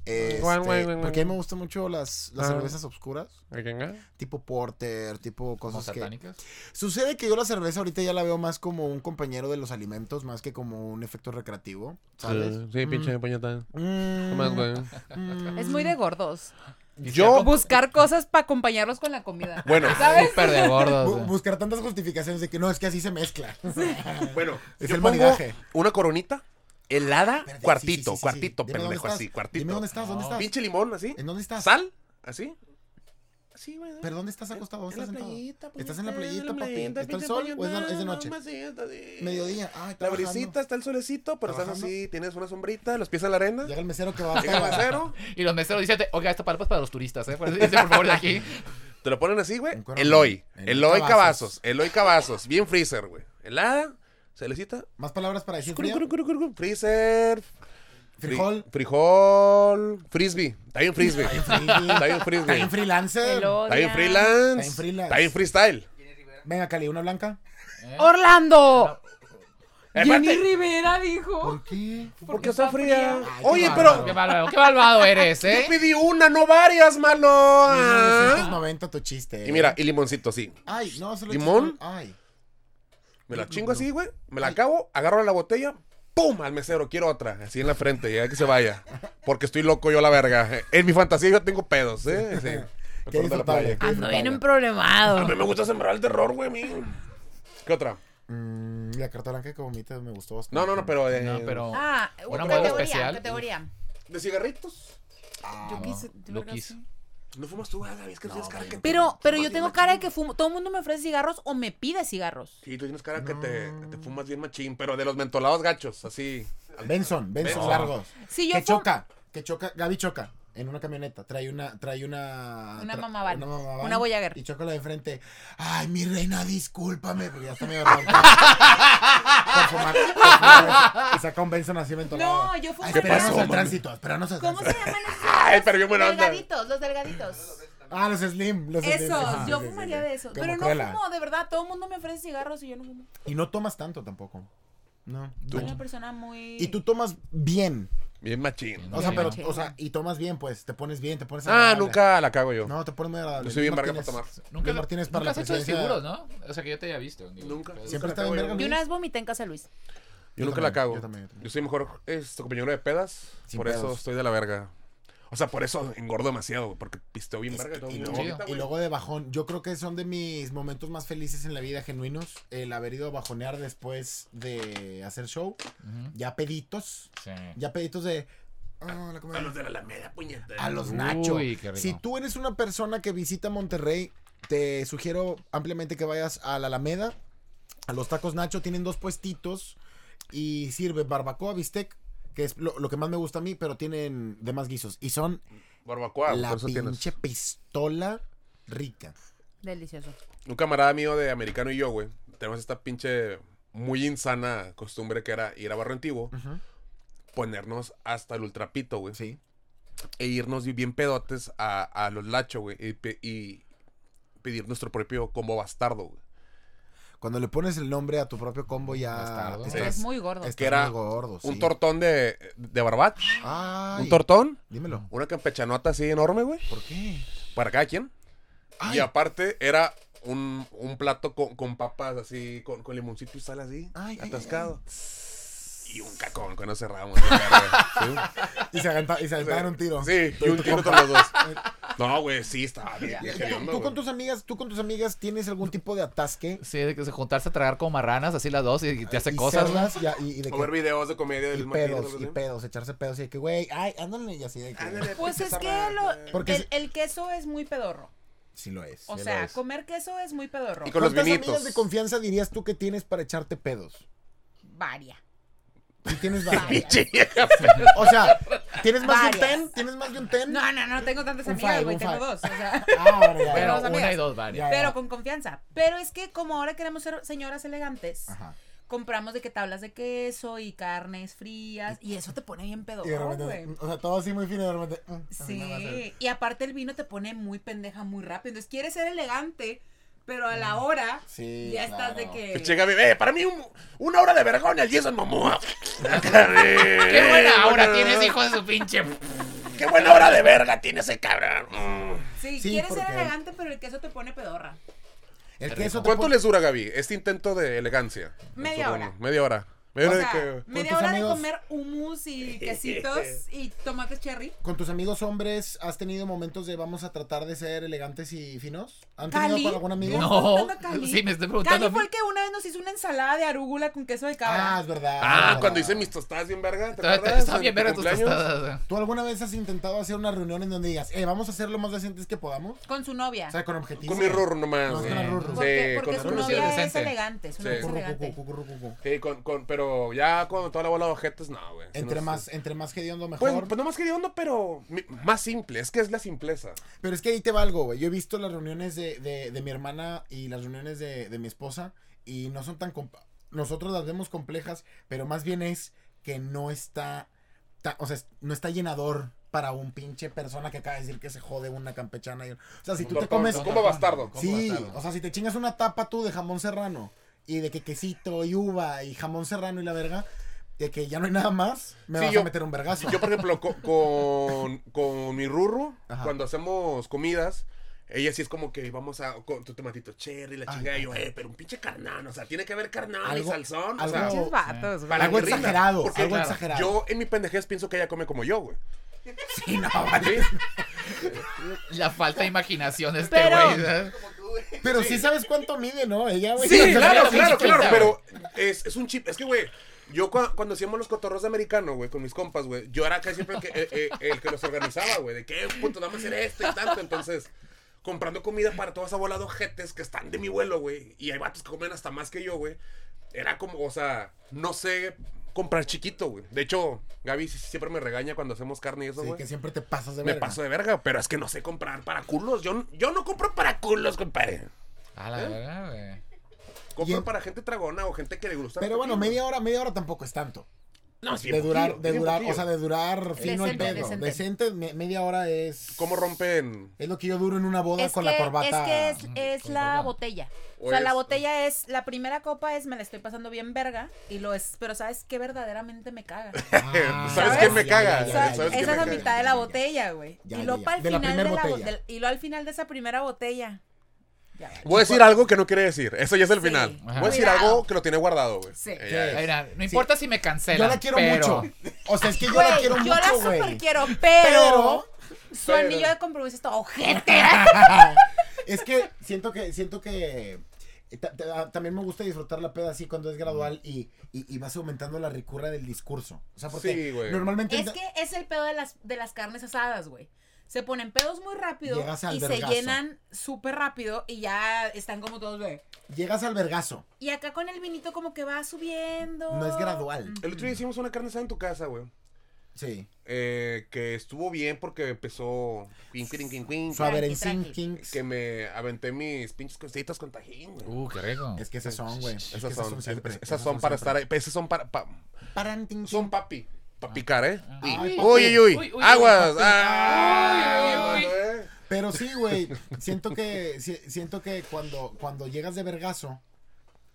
S1: Este,
S2: Guay, guay, guay,
S1: porque a mí
S2: guay.
S1: me gustan mucho las, las
S2: Ah.
S1: cervezas oscuras.
S2: ¿A quién gana?
S1: Tipo porter, tipo
S4: Como
S1: cosas pues que...
S4: satánicas.
S1: Sucede que yo la cerveza ahorita ya la veo más como un compañero de los alimentos, más que como un efecto recreativo, ¿sabes?
S2: Sí, Sí, pinche puñeta.
S1: Mm,
S2: ¿Qué más, (laughs) güey?
S1: mm.
S3: Es muy de gordos.
S2: Yo.
S3: Buscar cosas para acompañarlos con la comida.
S2: Bueno,
S4: Súper de gordos. eh.
S1: Bu-
S4: güey.
S1: buscar tantas justificaciones de que no, es que así se mezcla. (laughs)
S2: bueno.
S1: Es
S2: yo
S1: el
S2: pongo
S1: maridaje.
S2: Una coronita helada,
S1: Espérate, sí, sí, sí, sí,
S2: cuartito,
S1: sí.
S2: cuartito,
S1: Dime dónde
S2: pendejo,
S1: estás.
S2: así,
S1: Dime
S2: cuartito.
S1: dónde estás, dónde
S4: No.
S1: estás.
S2: Pinche limón, así.
S1: ¿En dónde estás?
S2: Sal, así. Así, güey.
S1: ¿Pero dónde estás acostado? ¿Dónde
S2: En la
S1: estás sentado?
S2: playita, pues,
S1: ¿Estás en la
S2: en
S1: playita,
S2: la
S1: papi?
S2: playita,
S1: ¿Está el
S2: pinche
S1: sol o es de,
S2: mañana,
S1: es de noche?
S2: mamacita, sí.
S1: Mediodía. Ah, Ay, está
S2: La
S1: bajando.
S2: brisita, está el solecito, pero estás
S1: Trabajando.
S2: así, tienes una sombrita, los pies en la arena.
S1: Llega el mesero que va a
S2: Llega el mesero,
S4: Y los meseros dicen, oiga, esto para, para los turistas, ¿eh? Por, dice, por favor, de
S1: (laughs)
S4: aquí.
S2: te lo ponen así, güey.
S1: Un coronel.
S2: Eloy.
S1: Eloy
S2: Eloy
S1: Cavazos.
S2: Cavazos. Eloy Cavazos. Bien freezer, güey. Helada, solecita.
S1: Más palabras para decir
S2: curu,
S1: frío.
S2: curu, curu, curu, curu, Freezer. Fri-
S1: Frijol.
S2: Frijol. Frisbee. Está bien frisbee. (laughs) Está bien
S1: Está
S2: frisbee.
S1: bien freelancer.
S2: Está bien
S1: Está bien
S2: freelance.
S1: freelance.
S2: Está bien freestyle.
S1: Venga, Cali, una blanca.
S3: Orlando. Jenny
S2: Aparte,
S3: Rivera dijo.
S1: ¿Por qué?
S2: porque está fría.
S1: Ay, qué
S2: Oye,
S1: bárbaro.
S2: pero
S4: Qué malvado, qué malvado eres,
S2: yo
S4: ¿eh?
S2: pedí una, no varias, malo. Ah.
S1: 1990 tu chiste.
S2: Y mira, y limoncito, sí.
S1: Ay, no, solo
S2: ¿Limón?
S1: chiste- Ay.
S2: Me la chingo así, güey. Me la acabo, agarro la botella, ¡pum! Al mesero, quiero otra. Así en la frente, ya que se vaya. Porque estoy loco yo a la verga. En mi fantasía yo tengo pedos, ¿eh? Sí. Me
S1: Qué
S2: acuerdo de la
S1: disfrutable.
S2: playa.
S3: Ando bien
S2: A mí
S3: emproblemado.
S2: me gusta sembrar el terror, güey. a mí. ¿Qué otra?
S1: Mm, la carta blanca que vomita me gustó bastante.
S2: No, no, no, pero. eh,
S4: No, pero.
S3: Ah,
S4: Una
S3: categoría,
S4: moda especial.
S3: categoría.
S2: ¿De cigarritos?
S3: Yo quise,
S4: Lo quiso.
S2: No fumas tú, Gaby, es que no, tienes cara que.
S3: Pero, pero yo
S2: fumas
S3: tengo
S2: bien
S3: cara de
S2: machín.
S3: que fumo. Todo el mundo me ofrece cigarros o me pide cigarros.
S2: (laughs) Sí, tú tienes cara que te,
S1: Mm.
S2: te fumas bien machín, pero de los mentolados gachos, así.
S1: Benson, Benson
S2: Benson.
S1: largos.
S3: Si yo
S1: que
S3: fu-
S1: choca, que choca, Gaby choca en una camioneta, trae una, trae una,
S3: Una
S1: tra-
S3: mamá van,
S1: mamá
S3: una Voyager.
S1: y choca la de frente. Ay, mi reina, discúlpame, porque ya está medio ronca.
S3: (laughs)
S1: Por fumar, por fumar. y saca un Benson así mentolado.
S3: No, yo fumaba.
S1: Ay, espéranos
S2: ¿Qué pasó,
S1: al
S2: mami?
S1: tránsito, espéranos al
S3: ¿Cómo se
S1: tránsito.
S3: llaman esos?
S2: Ay, pero bien buena
S3: Los
S2: onda.
S3: delgaditos, los delgaditos.
S1: Ah, los slim, los slim. Ah,
S3: Esos, yo
S1: sí, sí,
S3: fumaría
S1: sí.
S3: de esos.
S1: Como
S3: Pero no
S1: Cruella.
S3: fumo, de verdad. Todo el mundo me ofrece cigarros y yo no fumo.
S1: Y no tomas tanto tampoco. No.
S3: Soy una persona muy.
S1: Y tú tomas bien.
S2: Bien machín.
S1: O sea,
S4: Sí.
S1: pero, o sea, y tomas bien, pues, te pones bien, te pones
S2: Ah,
S1: agradable.
S2: nunca la cago yo.
S1: No, te pones muy agradable.
S2: Yo soy bien
S1: Luis
S2: verga para
S1: Martínez-
S2: tomar.
S1: Luis Martínez para
S4: nunca
S1: la
S4: has hecho de
S1: presidencia.
S4: seguros, ¿no? O sea, que yo te haya visto. digo, pues,
S2: Nunca.
S4: pero-
S1: Siempre
S2: Nunca
S1: está bien
S2: cago yo.
S1: verga,
S3: Yo una vez vomité en casa de Luis.
S2: Yo, nunca
S1: también,
S2: la cago.
S1: yo
S2: Yo,
S1: también, yo también.
S2: soy mejor este, compañero de pedas.
S1: Sin
S2: por eso
S1: pedos.
S2: estoy de la verga. O sea, por eso engordo demasiado, güey, porque pisteo bien verga. todo
S1: Y
S2: bien
S1: luego,
S2: ahorita,
S1: y
S2: güey.
S1: luego de bajón, yo creo que son de mis momentos más felices en la vida genuinos, Eh, el haber ido a bajonear después de hacer show,
S4: Ujú,
S1: ya peditos,
S4: Sí.
S1: ya peditos de... "Ah, la comida".
S2: A los de la Alameda, puñeta.
S1: a los
S4: Uy,
S1: nachos.
S4: qué rico.
S1: Si tú eres una persona que visita Monterrey, te sugiero ampliamente que vayas a la Alameda. A los tacos Nacho tienen dos puestitos y sirve barbacoa, bistec, que es lo, lo que más me gusta a mí, pero tienen demás guisos. Y son
S2: Barbacoa,
S1: la
S2: por eso tienes.
S1: pinche pistola rica.
S3: Delicioso.
S2: Un camarada mío de americano y yo, güey, tenemos esta pinche muy insana costumbre que era ir a Barrio Antiguo, ponernos hasta el ultrapito, güey.
S1: Sí.
S2: e irnos bien pedotes a, a los lacho, güey. Y, pe- y pedir nuestro propio combo bastardo, güey.
S1: Cuando le pones el nombre a tu propio combo ya
S4: Bastardo.
S1: te
S4: Sí.
S1: estás,
S3: Es muy gordo.
S1: estás
S2: Que era
S1: muy gordo,
S2: Un
S1: sí.
S2: tortón de, de barbat.
S1: Ay,
S2: Un tortón.
S1: Dímelo.
S2: Una campechanota así enorme, güey.
S1: ¿Por qué?
S2: Para cada quien.
S1: Ay.
S2: Y aparte era un, un plato con, con papas así, con, con limoncito y sal así,
S1: Ay, ay,
S2: atascado. Y un cacón que no cerramos. (laughs) de verga, ¿sí?
S1: Y se, aganta- y se aventaban un tiro.
S2: Sí, y un tiro con
S1: (laughs)
S2: los dos. No, güey, sí, estaba bien.
S1: ¿Tú, tú con tus amigas, tú con tus amigas tienes algún tipo de atasque.
S4: Sí, de que se juntarse a tragar como marranas, así las dos, y te hace
S1: Y
S4: cosas, ¿no?
S1: cerdas, ya, y, y de
S2: O ver
S1: que,
S2: videos de comedia
S1: y
S2: del
S1: pedos, y pedos, echarse pedos y de que, güey, ay, ándale y así de que.
S3: Pues es que
S2: (laughs)
S3: lo-
S1: Porque
S3: el,
S1: si-
S3: el queso es muy pedorro.
S1: Sí lo es.
S3: O
S1: sí lo
S3: sea,
S1: es.
S3: comer queso es muy pedorro.
S2: Y con los
S1: ¿Cuántas
S2: vinitos.
S1: amigas de confianza dirías tú que tienes para echarte pedos?
S3: Varia.
S1: Si
S2: (laughs)
S1: tienes varias.
S3: Varia.
S1: o sea, ¿tienes más de un
S3: Varias.
S1: ten? ¿Tienes más de un ten?
S3: No, no, no tengo tantas
S1: Un
S3: amigas,
S1: five,
S3: güey,
S1: un
S3: tengo
S1: five.
S3: dos. O sea,
S1: Ah, ahora ya,
S3: Pero-
S1: ya.
S4: Pero
S3: las
S4: una
S3: amigas.
S4: y dos varias.
S1: Ya, ya.
S3: pero con confianza. Pero es que como ahora queremos ser señoras elegantes,
S1: Ajá.
S3: compramos de que tablas de queso y carnes frías y eso te pone bien
S1: Y de
S3: pedorro, güey.
S1: repente, o sea, todo así muy fino y de repente. mm, así nada más el-
S3: Sí, y aparte el vino te pone muy pendeja muy rápido. Entonces quieres ser elegante, pero a la hora
S1: Mm. Sí,
S3: ya
S1: claro.
S3: estás de que.
S2: Llega, bebé, para mí un- una hora de vergón el
S1: (laughs)
S2: Jason Momoa.
S4: ¡Qué
S2: ¡Qué
S4: buena ahora tienes, hijo de su pinche!
S2: ¡Qué buena hora de verga tiene ese cabrón! Mm.
S3: Sí,
S1: Sí,
S3: quieres ser
S1: porque-
S3: elegante, pero el queso te pone pedorra.
S1: El queso te
S2: ¿Cuánto
S1: pone-
S2: les dura, Gaby, este intento de elegancia?
S3: Media
S2: Supongo.
S3: hora.
S2: Media hora. Media
S3: O
S2: hora de
S3: sea,
S2: que-
S1: ¿Con tus
S3: media hora
S1: amigos?
S3: de comer hummus
S4: (laughs)
S3: y quesitos y tomates cherry.
S1: ¿Con tus amigos hombres has tenido momentos de vamos a tratar de ser elegantes y finos? ¿Han
S3: ¿Cali?
S1: tenido con algún amigo?
S4: No.
S3: ¿Estás buscando a Cali?
S4: sí, me estoy preguntando
S3: Cali
S4: a mí.
S3: fue el que una vez nos hizo una ensalada de arúgula con queso de
S1: Ah,
S3: cabra.
S1: es verdad. es
S2: Ah,
S1: verdad.
S2: cuando hice mis tostadas bien verga. ¿te acuerdas?
S4: Están
S2: En
S4: bien
S2: tu
S4: verga tus
S2: cumpleaños.
S4: tostadas. eh.
S1: ¿Tú alguna vez has intentado hacer una reunión en donde digas, eh, vamos a hacer lo más decentes que podamos?
S3: con su novia.
S1: O sea, con objetivos.
S2: Con mi rurro nomás.
S1: No,
S2: güey.
S1: con el rurro.
S2: Sí,
S1: ¿Por
S3: porque porque
S2: con
S3: su
S2: el
S4: rurro sí
S3: novia eh.
S4: es
S3: es
S4: decente.
S3: elegante.
S2: Sí.
S3: Su novia es
S1: Curru,
S3: elegante.
S1: cucu, curru, cucu.
S2: Sí, con, con, pero ya con toda la bola de ojetes, no, güey. Si
S1: Entre
S2: no-
S1: más, entre más hediondo
S2: Pues,
S1: mejor.
S2: pues no más que de onda, pero mi- más simple. Es que es la simpleza.
S1: Pero es que ahí te va algo, güey. Yo he visto las reuniones de, de, de mi hermana y las reuniones de, de mi esposa y no son tan... comp- Nosotros las vemos complejas, pero más bien es que no está... ta- o sea, es- no está llenador para un pinche persona que acaba de decir que se jode una campechana. y- o sea, si tú te comes...
S2: Como bastardo.
S1: Sí, o sea, si te chingas una tapa tú de jamón serrano y de que quesito y uva y jamón serrano y la verga, de que ya no hay nada más, me
S2: Sí,
S1: vas
S2: yo-
S1: a meter un vergazo.
S2: Yo, por ejemplo, co- con, con mi rurro,
S1: Ajá.
S2: cuando hacemos comidas, ella sí es como que vamos a. con tu tomatito cherry, la
S1: Ay,
S2: chingada. Y yo,
S1: ay.
S2: eh, pero un pinche carnal, o sea, tiene que haber carnal y
S1: Algo-
S2: salsón.
S1: algo-
S2: o sea,
S3: Pinches vatos, güey.
S2: para
S1: algo
S2: que rinda.
S1: exagerado,
S2: Porque
S1: algo exagerado.
S2: Yo en mi pendejez pienso que ella come como yo, güey.
S1: Sí, no,
S2: ¿Sí?
S4: La falta de imaginación de este
S3: Pero-
S4: güey. ¿sabes?
S1: Pero sí. sabes cuánto mide, ¿no? Ella, güey. (laughs)
S2: Sí,
S4: Esa
S2: claro,
S4: sería
S2: claro,
S4: la pinche
S2: claro,
S4: pinta,
S2: pero es, es un chip. Es que, güey, yo cua- cuando hacíamos los cotorros de americano, güey, con mis compas, güey, yo era casi siempre el que, eh, eh, el que los organizaba, güey, de que, "Eh, puto, vamos a hacer esto y tanto. Entonces, comprando comida para toda esa bola de ojetes que están de mi vuelo, güey, y hay vatos que comen hasta más que yo, güey, era como, o sea, no sé comprar chiquito, güey. De hecho, Gaby sí- sí siempre me regaña cuando hacemos carne y eso,
S1: Sí,
S2: güey.
S1: que siempre te pasas de
S2: me
S1: verga.
S2: paso de verga, pero es que no sé comprar para culos. Yo, yo no compro para culos, compadre.
S4: A
S1: ¿Eh?
S4: la verga, güey.
S2: Compro
S1: en-
S2: para gente tragona o gente que le gusta.
S1: Pero bueno,
S2: medio
S1: media hora, media hora tampoco es tanto.
S2: No, es bien
S1: De durar,
S2: poquillo,
S1: de
S2: bien
S1: durar,
S2: poquillo.
S1: o sea, de durar fino el
S3: Decente,
S1: pedo. Decente,
S3: decente.
S1: me- media hora es.
S2: ¿Cómo rompen?
S1: Es lo que yo duro en una boda
S3: Es
S1: con
S3: que,
S1: la corbata.
S3: Es que es, es la botella.
S2: O
S3: O
S1: Pues,
S3: sea, la
S1: eh.
S2: es-
S3: botella es, la primera copa es me la estoy pasando bien verga y lo es, pero sabes que verdaderamente
S1: (laughs)
S3: me caga.
S1: Ah,
S2: (laughs) ¿Sabes
S3: qué
S1: ya,
S3: me
S1: ya,
S2: caga?
S1: ya,
S3: O
S1: ya,
S3: sea,
S1: ya,
S2: ¿sabes
S1: ya,
S2: qué
S3: esa
S1: ya,
S3: es la
S1: ya,
S2: caga?
S3: mitad
S1: ya,
S3: de la
S1: ya.
S3: botella, güey.
S1: Ya,
S3: y
S1: ya,
S3: luego
S1: ya.
S3: al
S1: De la
S3: final de
S1: primer
S3: la
S1: botella.
S3: botella. Y lo al final de esa primera botella. Ya, vale.
S2: Voy a decir algo que no quiere decir. Eso ya es el
S3: Sí.
S2: final.
S4: Ajá.
S2: Voy a decir
S3: Cuidado.
S2: algo que lo tiene guardado, güey. Eh,
S3: Sí.
S2: Ella
S1: Sí.
S2: es-
S4: Mira, no importa si me cancela.
S1: Yo la quiero
S4: pero...
S1: mucho. O sea, es que yo la
S3: Güey,
S1: quiero
S3: yo la
S1: mucho,
S3: super
S1: güey.
S3: quiero, pero, su
S2: Pero-
S3: anillo de compromiso está ojete.
S1: es que siento que siento que eh, ta- ta- ah, también me gusta disfrutar la peda así cuando es gradual y, y- y vas aumentando la ricura del discurso. O sea, porque
S2: Sí, güey.
S1: normalmente
S3: Es que es el pedo de las, de las carnes asadas, güey. Se ponen pedos muy rápido
S1: Llegas al
S3: y se
S1: vergazo.
S3: llenan súper rápido y ya están como todos de.
S1: llegas al vergazo.
S3: Y acá con el vinito como que va subiendo. Mm,
S1: No es gradual.
S2: El otro día hicimos una carne asada en tu casa, güey.
S1: Sí.
S2: Eh, que estuvo bien porque empezó. quin, quin, quin, quin,
S1: Suaverencín
S3: tranqui.
S1: Kings.
S2: Que me aventé mis pinches cositas con tajín, güey.
S4: Uh, qué rico.
S1: Es que esas son, güey. Es que
S2: Esas son,
S1: siempre,
S2: es- esas son para estar ahí. Esas son para. pa- son papi. Para picar, ¿eh?
S1: Ay,
S2: Y-
S1: papi.
S2: Uy, uy,
S4: Uy,
S2: uy.
S4: uy,
S2: Aguas.
S4: uy,
S2: Ah,
S4: Uy, uy, uy.
S2: bueno, eh. (laughs)
S1: Pero sí, güey. Siento que si- siento que cuando cuando llegas de vergazo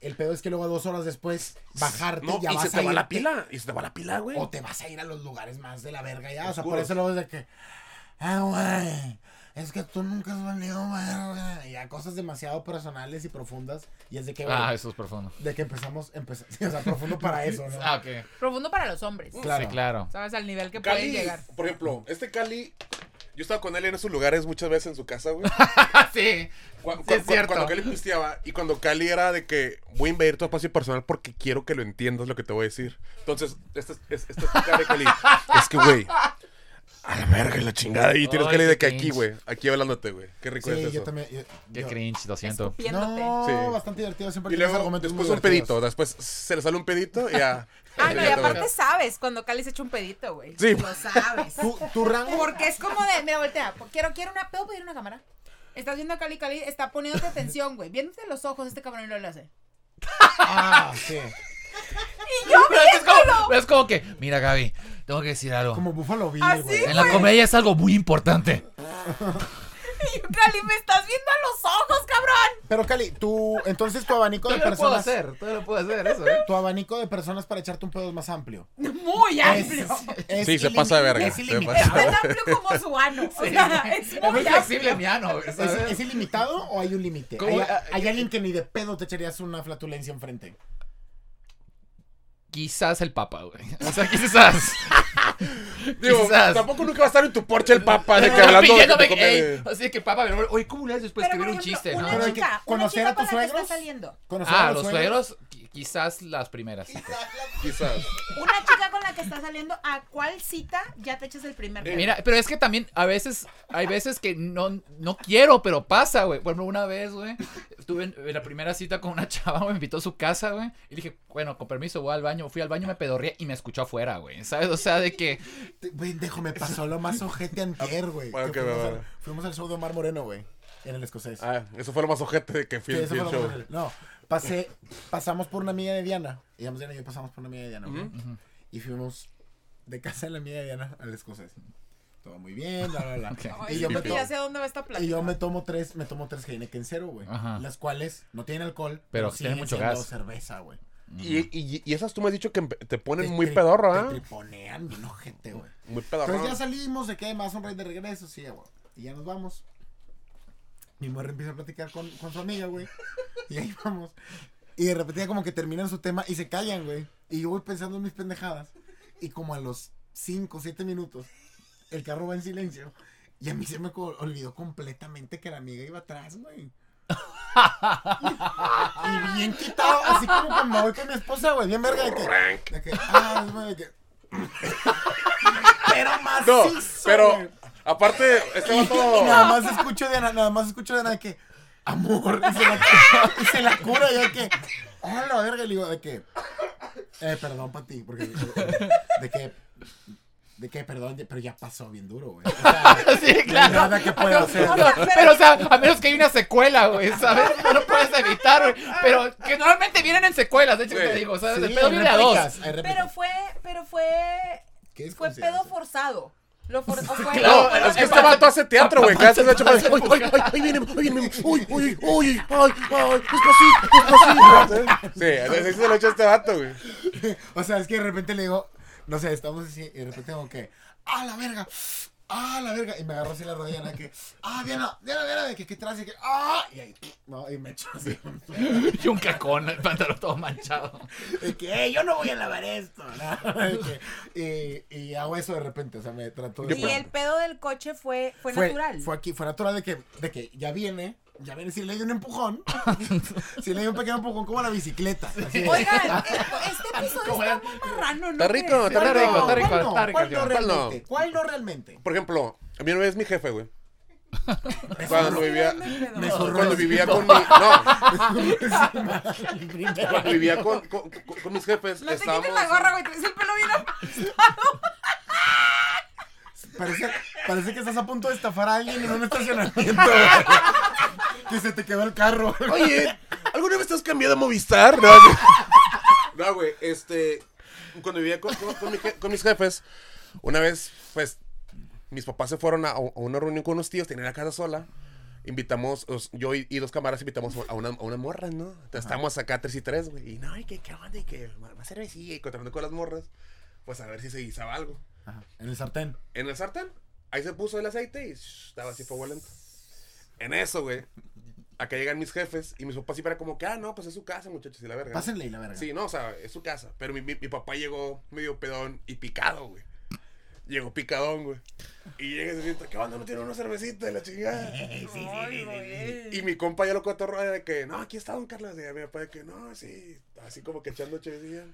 S1: El pedo es que luego dos horas después bajarte
S2: No,
S1: ya
S2: y
S1: vas
S2: se
S1: a
S2: te va
S1: irte,
S2: la pila. Y se te va la pila, güey.
S1: O te vas a ir a los lugares más de la verga ya. O sea, por
S2: Oscuros.
S1: eso luego es de que. Ah, güey. Es que tú nunca has venido, verga. Y ya cosas demasiado personales y profundas. Y es de que.
S4: Ah,
S1: güey,
S4: eso es profundo.
S1: De que empezamos. empeza- sí, (laughs) o sea, profundo para eso,
S2: (laughs)
S1: ¿no?
S4: Ah, ok.
S3: Profundo para los hombres.
S1: Claro.
S4: Sí, claro.
S3: ¿Sabes? Al nivel que pueden
S2: Cali,
S3: llegar.
S2: por ejemplo, este Cali, yo estaba con él en esos lugares muchas veces en su casa,
S3: (laughs)
S2: güey.
S4: Ah, sí.
S2: Cu-
S4: Sí,
S2: cu-
S4: es
S2: cu-
S4: cierto.
S2: Cuando Cali pisteaba y cuando Cali era de que voy a invadir tu espacio personal porque quiero que lo entiendas lo que te voy a decir. Entonces, esta es, es- esta es tu cara de Cali. (laughs) Es que, güey, a la verga, la chingada. Y tienes
S4: Ay,
S2: Cali
S4: qué
S2: de que aquí,
S4: cringe.
S2: güey, aquí hablándote, güey. Qué rico
S1: Sí,
S2: es eso.
S1: yo también. yo-
S4: Qué
S1: yo-
S4: cringe, lo siento.
S3: Escupiéndote.
S1: No,
S2: Sí.
S1: bastante divertido. Siempre
S2: Y
S1: tienes
S2: luego,
S1: argumentos muy
S2: después un
S1: divertidos.
S2: pedito, después se le sale un pedito y ya.
S3: Ah, no, y
S2: Ya te voy a-
S3: aparte sabes cuando Cali se echa un pedito, güey.
S2: Sí.
S3: Lo sabes.
S1: Tu, tu rango.
S3: Porque es como de, me voltea, quiero, quiero una, ¿puedo pedir una cámara? Estás viendo a Cali, Cali está poniéndote atención, güey, viéndote los ojos este cabrón y lo le hace.
S1: Ah, sí.
S4: Pero es, como, es como que, mira, Gaby, tengo que decir algo.
S1: Como Buffalo Bill,
S3: ¿Ah,
S1: güey.
S3: sí?
S4: En la comedia es algo muy importante.
S3: Y yo, Cali, me estás viendo a los ojos, cabrón.
S1: Pero Cali, tú, entonces tu abanico de
S4: Todavía lo puedo
S1: personas,
S4: hacer, todavía lo puedo hacer,
S1: (laughs)
S4: eso, ¿eh?
S1: tu abanico de personas para echarte un pedo es más amplio.
S3: Muy amplio.
S1: Es- es
S2: Sí, se
S1: ilimi-
S2: pasa de verga,
S1: Es
S2: se
S1: ilimitado.
S3: Es
S2: pasa.
S3: tan amplio como su ano. O sea, es
S4: Es muy
S3: muy
S4: flexible
S3: amplio.
S4: mi ano, güey,
S1: ¿Es,
S4: ¿sabes?
S1: es ilimitado o hay un límite? Hay,
S4: ¿Cómo? Ah,
S1: hay alguien que ni de pedo te echarías una flatulencia enfrente.
S4: Quizás el papa, güey. O sea, quizás.
S2: Digo,
S4: Quizás.
S2: tampoco nunca va a estar en tu porche el papa de que
S4: (laughs)
S2: hablando de que
S4: Pidiéndome
S2: te
S4: que,
S2: come-
S4: "Ey", Así que el papa, me- oye, ¿cómo le haces después de
S3: Pero, por
S4: escribir un
S3: ejemplo,
S4: chiste, no?
S3: una
S1: Pero de que
S3: chica, una
S1: conocer
S3: chica
S1: a tus
S3: con la que está
S1: suegros.
S3: saliendo.
S1: Conocer
S4: Ah, los suegros, qui- quizás las primeras. citas.
S2: Quizás.
S3: Una chica con la que está saliendo, ¿a cuál cita ya te echas el primer pedo?
S4: Eh, Mira, pero es que también a veces, hay veces que no, no quiero, pero pasa, güey. Por ejemplo, una vez, güey, estuve en, en la primera cita con una (laughs) chava, güey, me invitó a su casa, güey. Y dije, bueno, con permiso, voy al baño. Fui al baño, me pedorré y me escuchó afuera, güey. ¿Sabes? O sea, de que... (laughs)
S1: Te- Pendejo, me pasó lo más ojete antier,
S2: (laughs)
S1: güey.
S2: Bueno,
S1: que
S2: qué
S1: fuimos,
S2: bárbaro.
S1: al, fuimos al show de Omar Moreno, güey. En el escocés.
S2: Ah, eso fue lo más ojete de que fui
S1: Sí,
S2: al
S1: eso fue lo
S2: show.
S1: más ojete. No, pasé, pasamos por una amiga de Diana. Digamos, Diana y yo pasamos por una amiga de Diana, güey. Y fuimos de casa de la amiga de Diana al escocés. Todo muy bien, bla, bla, bla.
S3: Ay,
S1: Y yo me
S3: siento que ya
S1: tomo-
S3: sé dónde va esta
S1: Y
S3: plática.
S1: yo me tomo tres, me tomo tres Heineken cero, güey.
S4: Ajá.
S1: Las cuales no tienen alcohol,
S4: Pero
S1: siguen
S4: tienen mucho
S1: siendo
S4: gas.
S1: cerveza, güey.
S2: Y, y, y esas tú me has dicho que empe- te ponen
S1: Te
S2: muy
S1: tri-
S2: pedorro,
S1: Te
S2: ¿ah?
S1: triponean bien ojete, güey.
S2: Muy
S1: Entonces
S2: pedorro.
S1: Pues ya salimos, se queda más un rey de regreso, sí, güey. Y ya nos vamos. Mi mujer empieza a platicar con, con su amiga, güey. Y ahí vamos. Y de repente ya como que terminan su tema y se callan, güey. Y yo voy pensando en mis pendejadas. Y como a los 5 o 7 minutos, el carro va en silencio. Y a mí se me co- olvidó completamente que la amiga iba atrás, güey. y bien quitado, así como cuando voy con mi esposa, güey. Bien verga de que. De que, ah, güey, de que. pero más.
S2: No, pero aparte, este
S1: Y, y nada
S2: vato.
S1: más escucho de Ana, nada más escucho de Ana de que, amor, y se la, y se la cura, y yo de que, hola, la verga, y le digo, de que, eh, perdón para ti, porque, de que, de que, perdón, pero ya pasó bien duro, güey. O sea,
S4: Sí, claro.
S1: Nada que pueda hacer.
S4: No, pero, o sea, a menos que hay una secuela, güey, ¿sabes? No lo puedes evitar, güey. Pero que normalmente vienen en secuelas, de hecho, que te
S2: Sí.
S4: digo, ¿sabes?
S1: Sí,
S4: el pedo
S1: hay
S4: viene a dos.
S1: réplicas, hay réplicas.
S3: Pero fue, pero fue,
S1: ¿Qué es
S3: fue
S1: considerarse?
S3: pedo forzado. Lo for- o fue-
S2: No,
S4: Claro,
S2: es que este vato hace teatro, güey. Cada vez que se ha hecho más. Uy, uy,
S4: Ay, viene, uy, uy, uy, ay, ay,
S2: Sí, así se lo echa este vato, güey.
S1: O sea, es que de repente le digo, no sé, estamos así, y de repente como que, ¡ah, la verga! ¡ah, la verga! Y me agarró así la rodilla, ¿no? que, ¡ah, Diana, Diana, Diana! De que, ¿qué traes? Y que, ¡ah! Y ahí, no, y me echó así.
S4: (laughs) Y un cacón, el pantalón todo manchado.
S1: (laughs) De que, "Eh, yo no voy a lavar esto. ¿no? (laughs) De que, y, y hago eso de repente, o sea, me trato de...
S3: Y el pedo del coche fue, fue,
S1: fue,
S3: natural.
S1: Fue aquí, fue natural de que, de que ya viene, ya viene, si le doy un empujón, si le doy un pequeño empujón, como a la bicicleta. así de-
S3: Oigan, eh, este episodio
S4: ¿Cómo
S3: está
S4: era?
S3: muy marrano, ¿no?
S2: Está rico,
S3: creen?
S2: está
S1: ¿Cuál
S4: rico,
S1: no?
S4: está rico,
S1: ¿Cuál no?
S4: está rico,
S1: ¿Cuál no
S2: ¿cuál no?
S1: realmente? ¿Cuál no realmente?
S2: Por ejemplo, a mí una vez mi
S1: (laughs)
S2: jefe, güey.
S1: Me
S2: Cuando
S1: zurró-
S2: vivía.
S1: me zurró encima.
S2: Cuando vivía con mi. No,
S1: El primero.
S2: cuando vivía con, con, con- con mis jefes.
S3: No te
S2: estábamos.
S3: quites la gorra, güey, traes el pelo bien...
S1: Parece, parece que estás a punto de estafar a alguien en un estacionamiento. güey. que se te quedó el carro.
S2: Oye, ¿alguna vez te has cambiado a Movistar? No, güey. (laughs) No, güey, este. Cuando vivía con, con- con mi je- con mis jefes, una vez, pues, mis papás se fueron a, a una reunión con unos tíos, tenían la casa sola. invitamos, os- yo y, y dos camaradas invitamos a una, a una morra, ¿no? Entonces estábamos acá tres y tres, güey. Y no, y que qué onda, y que va a ser así, y contando con las morras, pues a ver si se guisaba algo.
S1: En el sartén.
S2: En el sartén, ahí se puso el aceite y shh, estaba así fuego lento. En eso, güey, acá llegan mis jefes y mis papás siempre eran como que, ah, no, pues es su casa, muchachos, y la verga. ¿no?
S1: Pásenle y la verga.
S2: Sí, no, o sea, es su casa. Pero mi, mi- mi papá llegó medio pedón y picado, güey. Llegó picadón, güey. Y llega y se sienta, ¿qué onda? No tiene una cervecita de
S1: (laughs)
S2: la chingada.
S3: Ay, güey.
S2: Y mi compa ya lo cotorro de que, no, aquí está Don Carlos. Y mi papá de que, no, sí. Así como que echando chevecilla.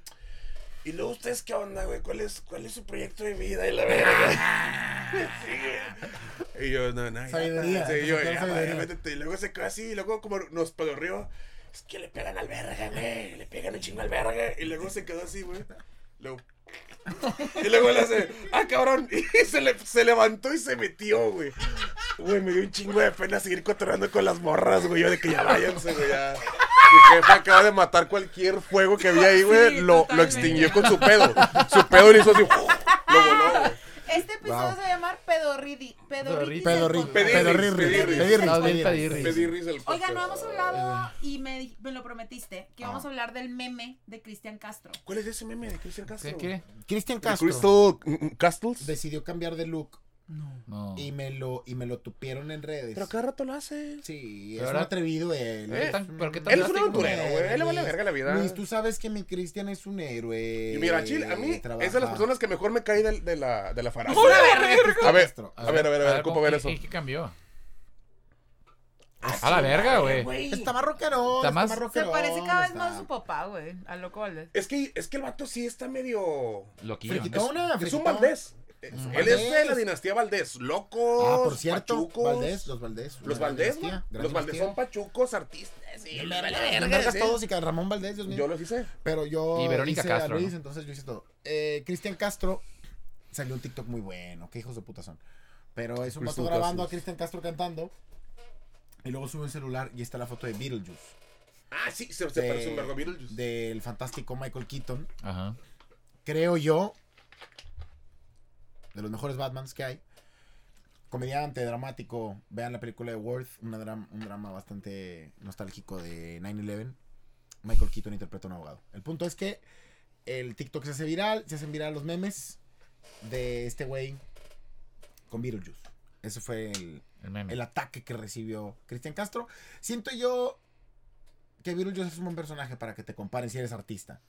S2: Y luego, ¿ustedes qué onda, güey? ¿Cuál es, cuál es su proyecto de vida? Y
S1: (laughs)
S2: la verga. Sí, güey. Y yo, no, no. ya,
S1: Sabiduría,
S2: Sí, yo,
S1: te
S2: ya,
S1: faltó sabiduría.
S2: ya, métete. Y luego se quedó así. Y luego, como nos pedorrió. Es que le pegan al verga, güey. Le pegan un chingo al verga. Y luego se quedó así, güey. Luego- Y luego le hace, ah, cabrón. (laughs) Y se, le, se levantó y se metió, güey. Güey, me dio un chingo de pena seguir cotorreando con las morras, güey. Yo de que ya váyanse, güey, ya. Mi jefa acaba de matar cualquier fuego que había ahí, güey. lo,
S3: Sí,
S2: lo
S3: totalmente.
S2: extinguió con su pedo. Su pedo le hizo así. (laughs) Lo voló, güey.
S3: Este episodio
S1: Wow.
S3: se va a llamar Pedorridi. Pedorritis del
S1: Pedorri,
S3: podcast.
S2: Pedirris,
S1: pedorrirris,
S2: pedirris.
S1: pedirris,
S4: Más bien
S1: pedirris.
S4: pedirris.
S2: Pedí risa el
S3: Oiga, no
S2: podcast.
S3: hemos hablado y me, di- me lo prometiste que vamos a hablar del meme de Cristian Castro.
S2: ¿Cuál es ese meme de Cristian Castro?
S4: ¿Qué, qué?
S1: Cristian
S2: ¿De
S1: Castro
S2: Crystal Castles?
S1: decidió cambiar de look
S4: No.
S1: y me lo y me lo tupieron en redes.
S2: Pero cada rato lo hace.
S1: Sí, es
S4: Pero
S1: un
S4: ahora-
S1: atrevido él.
S4: ¿Qué
S1: Es
S4: tan- pero qué tan
S2: Él es un
S4: drástico?
S2: aventurero, güey. A él le vale
S1: Luis,
S2: verga la vida.
S1: Luis, tú sabes que mi Cristian es un héroe.
S2: Y mira, Chile, a mí es de las personas que mejor me cae del- de, la, de la farándula. A ver, a ver, a ver, a ver, ¿cómo ver
S4: ¿qué-
S2: eso?
S4: ¿Qué qué cambió? A la verga, güey.
S1: Está más rockerón.
S4: Está
S1: Está
S4: más-
S1: más,
S3: Se
S1: rockerón,
S3: parece cada vez
S1: está-
S3: más a su papá, güey. A loco Valdés.
S2: Es que, es que el vato sí está medio.
S4: Loquillo. ¿no?
S1: Friquitona,
S2: Es un
S1: friquitón.
S2: Valdés. Eh, Él es de la
S1: Valdés.
S2: dinastía Valdés. Locos.
S1: Ah, por cierto,
S2: pachucos.
S1: Valdés, los Valdés.
S2: Los
S1: gran
S2: Valdés,
S1: dinastía,
S2: güey.
S1: gran
S2: Los Valdés
S1: dinastía.
S2: son pachucos, artistas. Sí,
S1: Bien
S2: la
S1: vergas,
S2: verga,
S1: bien vergas
S2: sí.
S1: todos y que Ramón Valdés, Dios mío.
S2: Yo los hice.
S1: Pero yo
S4: Y Verónica
S1: hice a
S4: Castro,
S1: Luis,
S4: ¿no?
S1: entonces yo hice todo. Eh, Cristian Castro salió un TikTok muy bueno, qué hijos de puta son. Pero es un vato
S2: Cristian
S1: grabando
S2: Castro.
S1: a Cristian Castro cantando. Y luego sube un celular y está la foto de Beetlejuice.
S2: Ah, sí, se, se
S1: de-
S2: parece un vergo a Beetlejuice.
S1: Del fantástico Michael Keaton.
S4: Ajá.
S1: Creo yo. De los mejores Batmans que hay. Comediante, dramático. Vean la película de Worth. Una dram- un drama bastante nostálgico de 9-11. Michael Keaton interpreta a un abogado. El punto es que el TikTok se hace viral. Se hacen viral los memes de este güey con Beetlejuice. Ese fue el,
S4: El meme.
S1: el ataque que recibió Cristian Castro. Siento yo que Beetlejuice es un buen personaje para que te comparen si eres artista.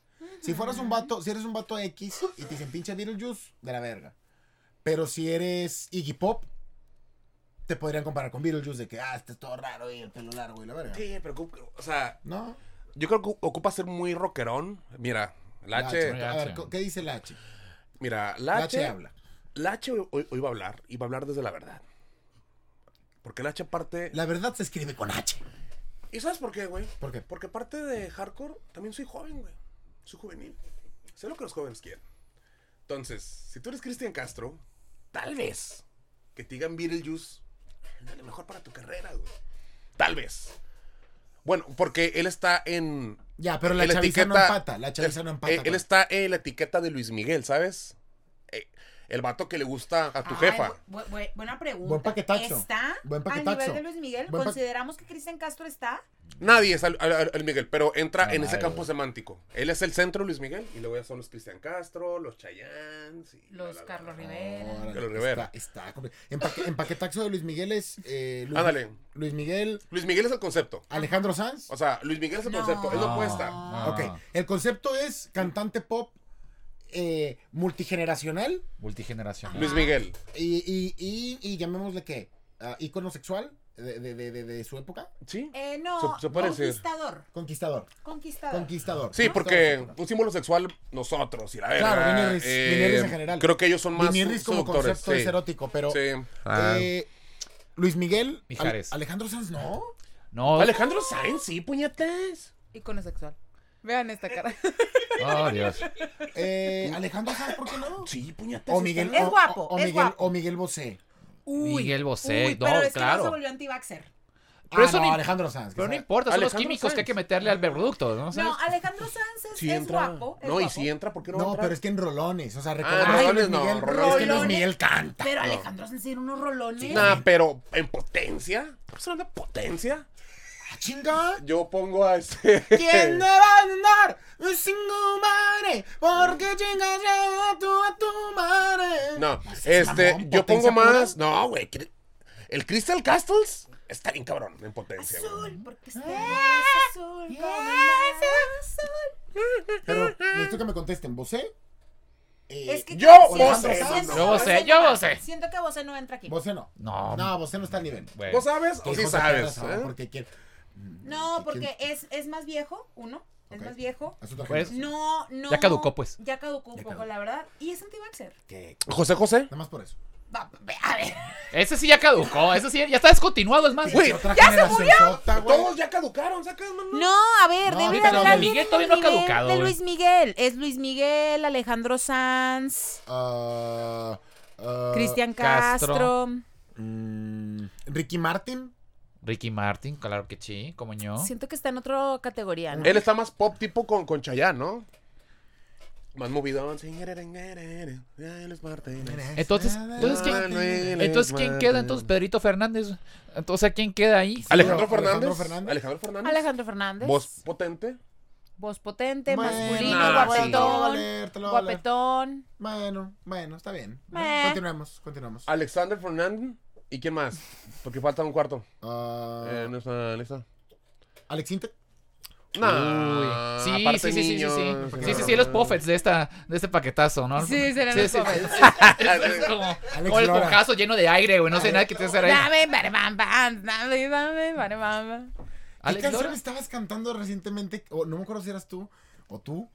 S1: Si fueras un vato, si eres un vato X y te dicen pinche Beetlejuice, de la verga. Pero si eres Iggy Pop, te podrían comparar con Beetlejuice de que, ah, este es todo raro y el pelo largo y la verga.
S2: Sí, pero, ocu- o sea,
S1: ¿No?
S2: yo creo que ocupa ser muy rockerón. Mira, Lache.
S1: Lache. A ver, ¿qué dice Lache?
S2: Mira,
S1: Lache,
S2: Lache
S1: habla.
S2: Lache hoy, hoy- hoy va a hablar y va a hablar desde la verdad. Porque Lache parte.
S1: La verdad se escribe con H.
S2: ¿Y sabes por qué, güey?
S1: ¿Por qué?
S2: Porque parte de hardcore también soy joven, güey. Soy juvenil. Sé lo que los jóvenes quieren. Entonces, si tú eres Cristian Castro, tal vez que te digan Beetlejuice, lo mejor para tu carrera, güey. Tal vez. Bueno, porque él está en.
S1: Ya, pero la
S2: en
S1: chaviza no empata. La chaviza
S2: él-
S1: no empata.
S2: eh, Él
S1: con-
S2: está en la etiqueta de Luis Miguel, ¿sabes? Eh, El vato que le gusta a tu
S3: Ay,
S2: jefa.
S3: bu- bu- bu- buena pregunta.
S1: Buen paquetazo.
S3: ¿Está
S1: Buen
S3: al
S1: paquetazo.
S3: nivel de Luis Miguel?
S1: Buen pa-
S3: ¿Consideramos que Cristian Castro está?
S2: Nadie es al, al- al- al Miguel, pero entra
S4: No,
S2: en ese
S4: nadie,
S2: campo
S4: güey.
S2: semántico. Él es el centro, Luis Miguel, y luego ya son los Cristian Castro, los Chayans. y la,
S3: Los
S2: la, la,
S3: Carlos
S2: la.
S3: Rivera.
S1: Órale,
S2: Carlos Rivera.
S1: Está, está compli- Empaque- empaquetaxo de Luis Miguel es. eh, Luis,
S2: Ándale.
S1: Luis Miguel,
S2: Luis Miguel es el concepto.
S1: Alejandro Sanz.
S2: O sea, Luis Miguel es el concepto, es
S4: No.
S2: lo opuesta.
S4: No.
S1: Ok, el concepto es cantante pop eh, multigeneracional
S4: Multigeneracional.
S2: Luis Miguel.
S1: y, y, y, y llamémosle que ah, ícono sexual de, de- de- de- de su época.
S2: ¿Sí?
S3: Eh, no,
S2: Se- se puede decir.
S3: conquistador.
S1: Conquistador.
S3: Conquistador.
S1: Conquistador.
S2: Sí,
S1: ¿no?
S2: porque un símbolo sexual nosotros, y la verdad.
S1: Claro, Vinirris, Vinirris en general.
S2: Creo que ellos son más
S1: Vinirris como
S2: seductores,
S1: concepto
S2: sí.
S1: es erótico, pero.
S2: Sí.
S1: eh, Luis Miguel.
S4: Mijares.
S1: Al- Alejandro Sanz no.
S4: No.
S2: Alejandro Sainz, sí, puñetas.
S3: Icono sexual. Vean esta
S2: (laughs)
S3: cara.
S4: Oh, Dios.
S1: Eh, Alejandro Sanz, ¿por qué no?
S2: Sí, puñetas.
S1: O Miguel,
S3: Es
S1: o-
S3: guapo,
S1: o, o
S3: es
S1: Miguel,
S3: guapo.
S1: o Miguel Bosé.
S3: Uy,
S4: Miguel Bosé,
S3: uy,
S4: no,
S3: pero es que
S4: claro.
S3: no se volvió antivaxer.
S1: Ah,
S4: Pero eso
S1: no,
S4: ni-
S1: Alejandro Sanz. que
S4: Pero no
S1: sabe.
S4: importa, son
S2: Alejandro
S4: los químicos que hay
S2: Sanz.
S4: que meterle al producto, ¿no? ¿Sabes?
S3: No, Alejandro Sanz es,
S2: Si
S3: es
S2: entra.
S3: guapo. es
S2: no, y
S3: guapo.
S2: si entra, ¿por qué no,
S1: No,
S2: entra?
S1: pero es que en rolones. O sea, recordemos que
S2: rolones
S1: Luis
S2: no,
S1: Miguel-
S2: rolones
S1: es que Luis
S3: no.
S1: Miguel
S3: (laughs)
S1: canta.
S3: Pero Alejandro Sanz tiene unos rolones.
S2: Nah, pero en potencia. ¿Por qué de potencia?
S1: Ah, chinga.
S2: Yo pongo a este. (laughs)
S1: ¿Quién me va a andar sin tu madre? Porque chinga ya tú a tu madre.
S2: No,
S1: Ese es
S2: este,
S1: mamón,
S2: yo pongo
S1: potencia pura.
S2: más. No, güey. ¿qué- El Crystal Castles está bien cabrón en potencia. güey.
S3: Azul, porque está es azul. como el mar azul.
S1: Pero necesito que me contesten. ¿Vosé? Eh,
S3: Es que
S2: yo
S1: Bosé,
S3: siento-
S4: yo Bosé,
S3: Bosé no
S4: yo
S3: entra.
S4: Bosé.
S3: Siento que Bosé no entra aquí.
S1: ¿Vosé no?
S4: No,
S1: No, Bosé no está al nivel.
S4: güey.
S2: ¿Vos sabes?
S1: Que
S2: O sí
S1: hijos de
S2: sabes.
S1: perras,
S2: ¿eh?
S1: ah, Porque quiere.
S3: No, porque
S1: ¿Quién?
S3: es, es más viejo, uno. Es
S1: Ok.
S3: más viejo.
S1: Es otra
S4: Pues-
S1: generación.
S3: No, no.
S4: Ya caducó, pues.
S3: Ya caducó un
S1: Ya
S3: poco,
S1: caducó.
S3: la verdad. Y es anti-vaxxer.
S1: Que-
S2: José José.
S1: Nada más por eso.
S3: Va- ve- A ver.
S4: Ese sí ya caducó, ese sí ya está descontinuado, es más.
S2: Güey,
S1: Otra
S3: ¡ya se
S1: generación
S3: murió!
S1: sota, güey.
S2: Todos ya caducaron, sacas, man.
S3: (laughs) No, a ver,
S1: No,
S3: debe
S1: pero
S3: hablar
S1: Luis
S3: bien
S4: Miguel
S3: de
S4: todavía no ha
S3: Miguel-
S4: caducado, eh.
S3: De
S4: güey.
S3: Luis Miguel. Es Luis Miguel, Alejandro Sanz,
S1: Ah, ah,
S3: Cristian
S4: Castro.
S3: Castro.
S1: mm, Ricky Martin.
S4: Ricky Martin, claro que sí, como yo.
S3: Siento que está en otra categoría, ¿no?
S2: Él está más pop tipo con, con Chayanne, ¿no? Más movido. Entonces,
S4: Entonces, entonces ¿quién,
S1: Ah,
S4: entonces, ¿quién queda? Entonces, Pedrito Fernández. Entonces, ¿quién queda ahí?
S2: Alejandro
S1: Sí, Alejandro
S2: Fernández.
S1: Fernández.
S2: Alejandro Fernández.
S3: Alejandro Fernández.
S2: Voz potente.
S3: Voz potente,
S1: Bueno,
S3: masculino,
S1: lo
S2: ah, sí. Te
S1: voy a
S3: guapetón.
S1: valer, te lo voy a valer.
S3: Guapetón.
S1: Bueno, bueno, está bien.
S3: Meh.
S1: Continuemos, continuemos.
S4: Ah,
S2: Alexander Fernández. ¿Y quién más? Porque falta un cuarto.
S1: Ah,
S2: Eh, no está lista.
S1: Alex Intec.
S2: No.
S4: Sí,
S2: Ah, aparte
S4: sí, sí, sí, sí,
S2: niños,
S4: sí.
S2: no,
S4: Sí, sí,
S2: no,
S4: sí, los
S2: no.
S4: Puffets de esta, de este paquetazo, ¿no?
S3: Sí, serán los Puffets.
S4: (laughs) Eso es como,
S1: Alex
S4: como el
S1: Lora.
S4: cojazo lleno de aire, güey. No sé nada que te hacer ahí.
S3: Dame, bare, bam, bam, dame, dame, bare, bam, bam.
S1: ¿Qué
S4: Alex
S1: canción
S4: Lora.
S1: estabas cantando recientemente? O no me acuerdo si eras tú o tú,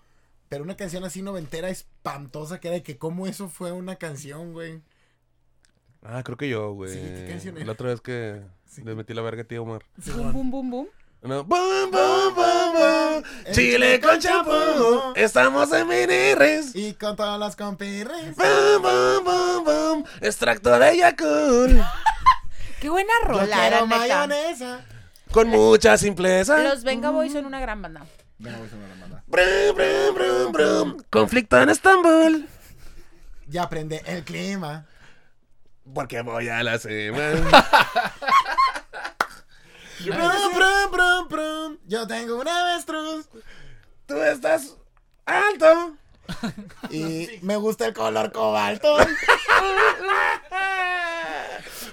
S1: pero una canción así noventera espantosa que era de que cómo eso fue una canción, güey.
S2: Ah, creo que yo, güey.
S1: Sí, ¿qué canción era?
S2: la otra vez que les metí la verga a ti, Omar.
S3: Boom, boom, boom, boom.
S2: No. Bum, bum, bum, bum.
S4: Eh,
S1: El
S2: Chile con champú. Estamos en mini res.
S1: Y con todas las compirres.
S2: Bum, bum, bum, bum. Extracto de Yakult.
S3: Qué buena
S1: Yo
S3: rola, la
S1: quiero
S3: neta.
S1: mayonesa.
S2: Con mucha simpleza.
S3: Los Venga Boys
S1: Mm.
S3: son una gran banda.
S1: Venga, voy a sonar la banda.
S2: Brum, brum, brum, brum. Conflicto en Estambul.
S1: Ya aprende el clima.
S2: Porque voy a la
S4: (laughs)
S2: semana.
S1: Brum, brum, brum, brum. Yo tengo una avestruz.
S2: Tú estás alto.
S1: (laughs) Y me gusta el color cobalto.